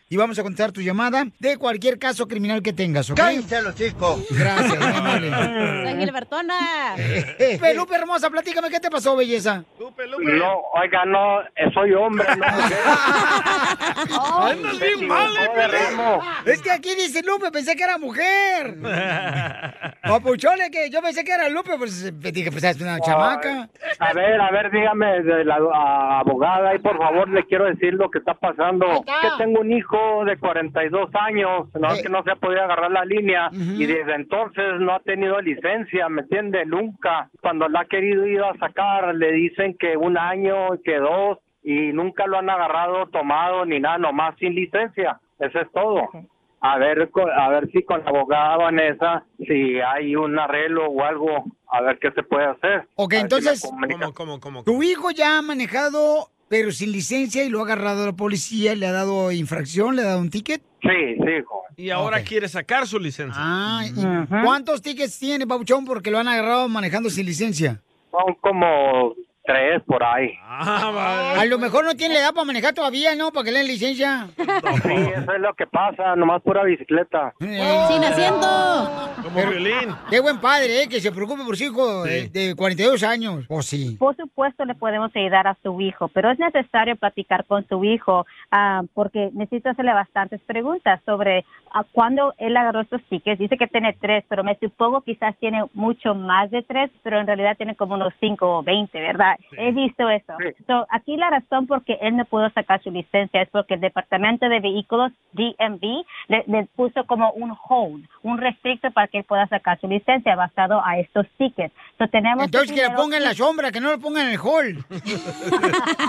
y vamos a contestar tu llamada de cualquier caso criminal que tengas, ¿ok?
Cállense
los chicos! Gracias, muy amable.
San Gilbertona.
Pelupe hermosa, platícame, ¿qué te pasó, belleza?
No, oiga, no, eh, soy hombre, no mujer.
Andas bien
Imbécil,
mal, eh,
pobre
Pelín.
Remo.
Es que aquí dice Lupe, pensé que era mujer. Papuchón, es que yo pensé que era Lupe, pues eh, dije, pues es una chamaca.
A ver, a ver, dígame de la a- abogada y por favor le quiero decir lo que está pasando. Que tengo un hijo de 42 años, no
Eh.
que no se ha podido agarrar la línea y desde entonces no ha tenido licencia, ¿me entiende? Nunca. Cuando la ha querido ir a sacar le dicen que un año, que dos y nunca lo han agarrado, tomado ni nada, nomás sin licencia. Eso es todo. A ver, co- a ver si con la abogada Vanessa, si hay un arreglo o algo, a ver qué se puede hacer.
Ok,
A ver si me
entonces-
comunica.
Tu hijo ya ha manejado pero sin licencia y lo ha agarrado la policía, le ha dado infracción, le ha dado un ticket.
Sí, sí, Y ahora quiere sacar su licencia.
Ah, ¿y ¿Cuántos tickets tiene, Pabuchón, porque lo han agarrado manejando sin licencia?
Son como tres por ahí.
Ah.
Ah, A lo mejor no tiene la edad para manejar todavía, ¿no? Para que le den licencia.
Sí, eso es lo que pasa, nomás pura bicicleta.
Sin
asiento.
Como violín. Eh, Qué buen padre, ¿eh? Que se preocupe por su hijo eh, de 42 años. O Oh, sí.
Por supuesto le podemos ayudar a su hijo, pero es necesario platicar con su hijo ah, porque necesito hacerle bastantes preguntas sobre ah, cuándo él agarró estos tickets. Dice que tiene tres, pero me supongo quizás tiene mucho más de tres, pero en realidad tiene como unos cinco o veinte, ¿verdad? He visto eso. So, aquí la razón por que él no pudo sacar su licencia es porque el Departamento de Vehículos, DMV, le, le puso como un hold, un restricto para que él pueda sacar su licencia basado a estos tickets. So, tenemos
Entonces que le
primero-
ponga en la sombra, que no le ponga en el hall.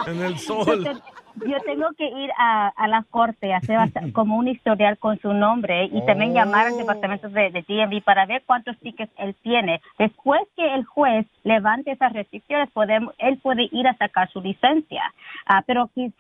en el
Yo, te- yo tengo que ir a, a la corte, hacer hasta- como un historial con su nombre y también
Oh.
llamar al departamento de, de DMV para ver cuántos tickets él tiene. Después que el juez levante esas restricciones, podemos, él puede ir a sacar su licencia. Ah, pero qui-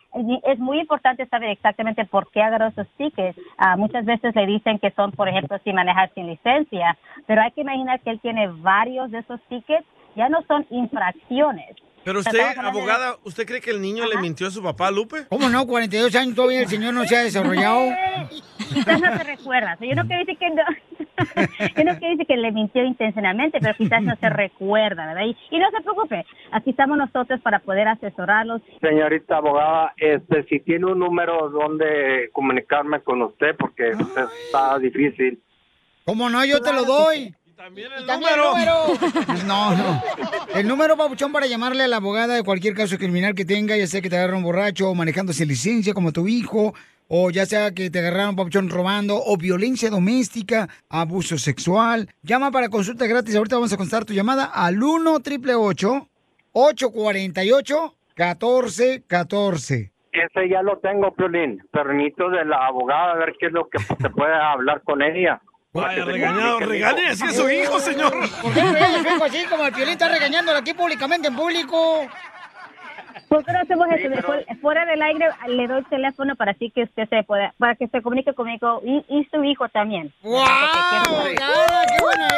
es muy importante saber exactamente por qué agarró esos tickets. Ah, muchas veces le dicen que son, por ejemplo, sin manejar sin licencia, pero hay que imaginar que él tiene varios de esos tickets, ya no son infracciones.
Pero
Estamos
usted,
hablando de-
abogada, ¿usted cree que el niño le mintió a su papá, Lupe?
¿Cómo no? 42 años todavía el señor no se ha desarrollado.
quizás no te recuerdas. Yo no quiero decir que no. Yo no quiero decir que le mintió intencionalmente, pero quizás no se recuerda, ¿verdad? Y, y no se preocupe, aquí estamos nosotros para poder asesorarlos.
Señorita abogada, este, si tiene un número donde comunicarme con usted, porque está difícil.
¿Cómo no? Yo te lo doy. Y también el número. No, no. El número, Pabuchón, para llamarle a la abogada de cualquier caso criminal que tenga, ya sea que te agarraron borracho o manejando sin licencia como tu hijo, o ya sea que te agarraron, Pabuchón, robando, o violencia doméstica, abuso sexual. Llama para consulta gratis. Ahorita vamos a contestar tu llamada al 1 888 848 1414
Ese ya lo tengo, Piolín, pero necesito de la abogada a ver qué es lo que se puede hablar con ella. Vaya,
regañado, regañe, así es su hijo, señor.
¿Por qué regaña a su hijo así como el Piolín está regañándolo aquí públicamente en público?
¿Por qué no hacemos eso? Después, fuera del aire le doy el teléfono para así que usted se pueda, para que se comunique conmigo y, y su hijo también.
¡Wow! abogada, ¡Qué buena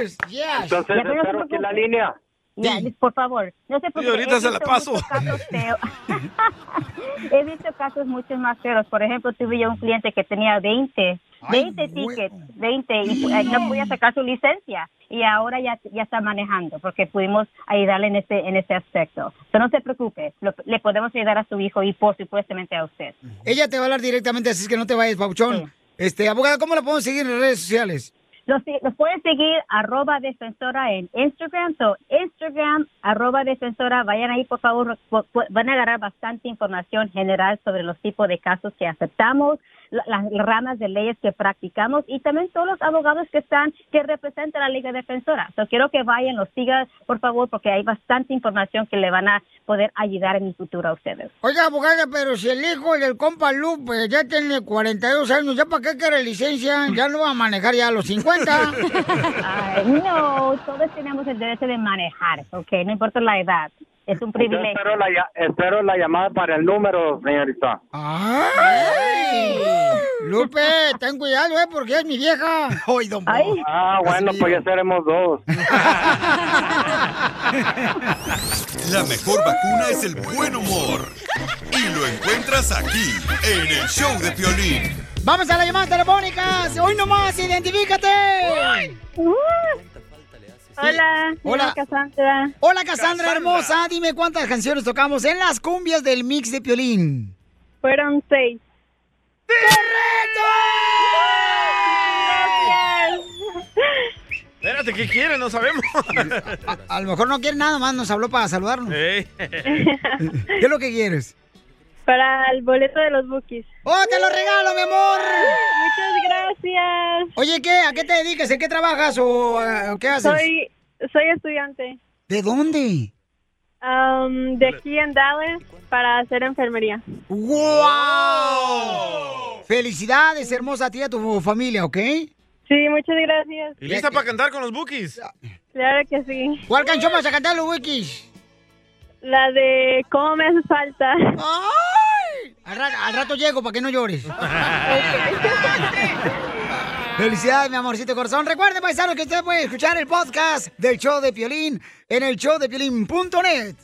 es! Yes.
Entonces, Ya, pero no se espero aquí en la preocupe. línea. Ya, por favor, no se preocupe.
Y ahorita
He
se la
visto
paso.
muchos casos feos. He visto casos mucho más feos. Por ejemplo, tuve yo un cliente que tenía 20, 20 tickets, 20, y eh, no podía sacar su licencia. Y ahora ya, ya está manejando porque pudimos ayudarle en ese, en ese aspecto. Pero no se preocupe, lo- le podemos ayudar a su hijo y por supuestamente a usted.
Ella te va a hablar directamente, así es que no te vayas, Pabuchón. Este, abogada, ¿cómo la podemos seguir en las redes sociales?
Los, los pueden seguir arroba defensora en Instagram. So, Instagram arroba defensora. Vayan ahí, por favor. po- po- Van a agarrar bastante información general sobre los tipos de casos que aceptamos, la- las ramas de leyes que practicamos y también todos los abogados que están, que representan a la Liga Defensora. So, quiero que vayan, los sigan, por favor, porque hay bastante información que le van a poder ayudar en el futuro a ustedes.
Oiga, abogada, pero si el hijo del compa Lupe ya tiene 42 años, ¿ya para qué quiere licencia? Ya no va a manejar ya a los 50.
Ay, no, todos tenemos el derecho de manejar, ¿ok? No importa la edad. Es un
Yo
privilegio.
espero la, ya- espero la llamada para el número, señorita.
¡Ay! Lupe, ten cuidado, ¿eh? Porque es mi vieja. ¡Ay, don
Ah, bueno, pues ya seremos dos.
La mejor vacuna es el buen humor. Y lo encuentras aquí, en el show de Piolín.
¡Vamos a las llamadas telefónicas! ¡Hoy nomás, identifícate!
Hola,
hola
Cassandra.
Hola Cassandra, hermosa, dime cuántas canciones tocamos en las cumbias del mix de Piolín.
Fueron seis.
Espérate, ¿qué quiere? No sabemos.
A lo mejor no quiere nada más, nos habló para saludarnos. ¿Qué es lo que quieres?
Para el boleto de los bookies.
¡Oh, te lo regalo, mi amor!
Muchas gracias.
Oye, ¿qué? ¿A qué te dedicas? ¿En qué trabajas o eh, qué haces?
Soy, soy estudiante
¿De dónde?
am, Um, de aquí en Dallas para hacer enfermería.
¡Wow! Felicidades, hermosa, a ti y a tu familia, ¿ok?
Sí, muchas gracias.
¿Y lista para cantar con los bookies?
Claro que sí.
¿Cuál canción vas a cantar, los wikis?
La de cómo me hace falta.
Al, ra- al rato llego para que no llores. Felicidades, mi amorcito corazón. Recuerden, paisanos, que usted puede escuchar el podcast del show de Piolín en el showdepiolín.net.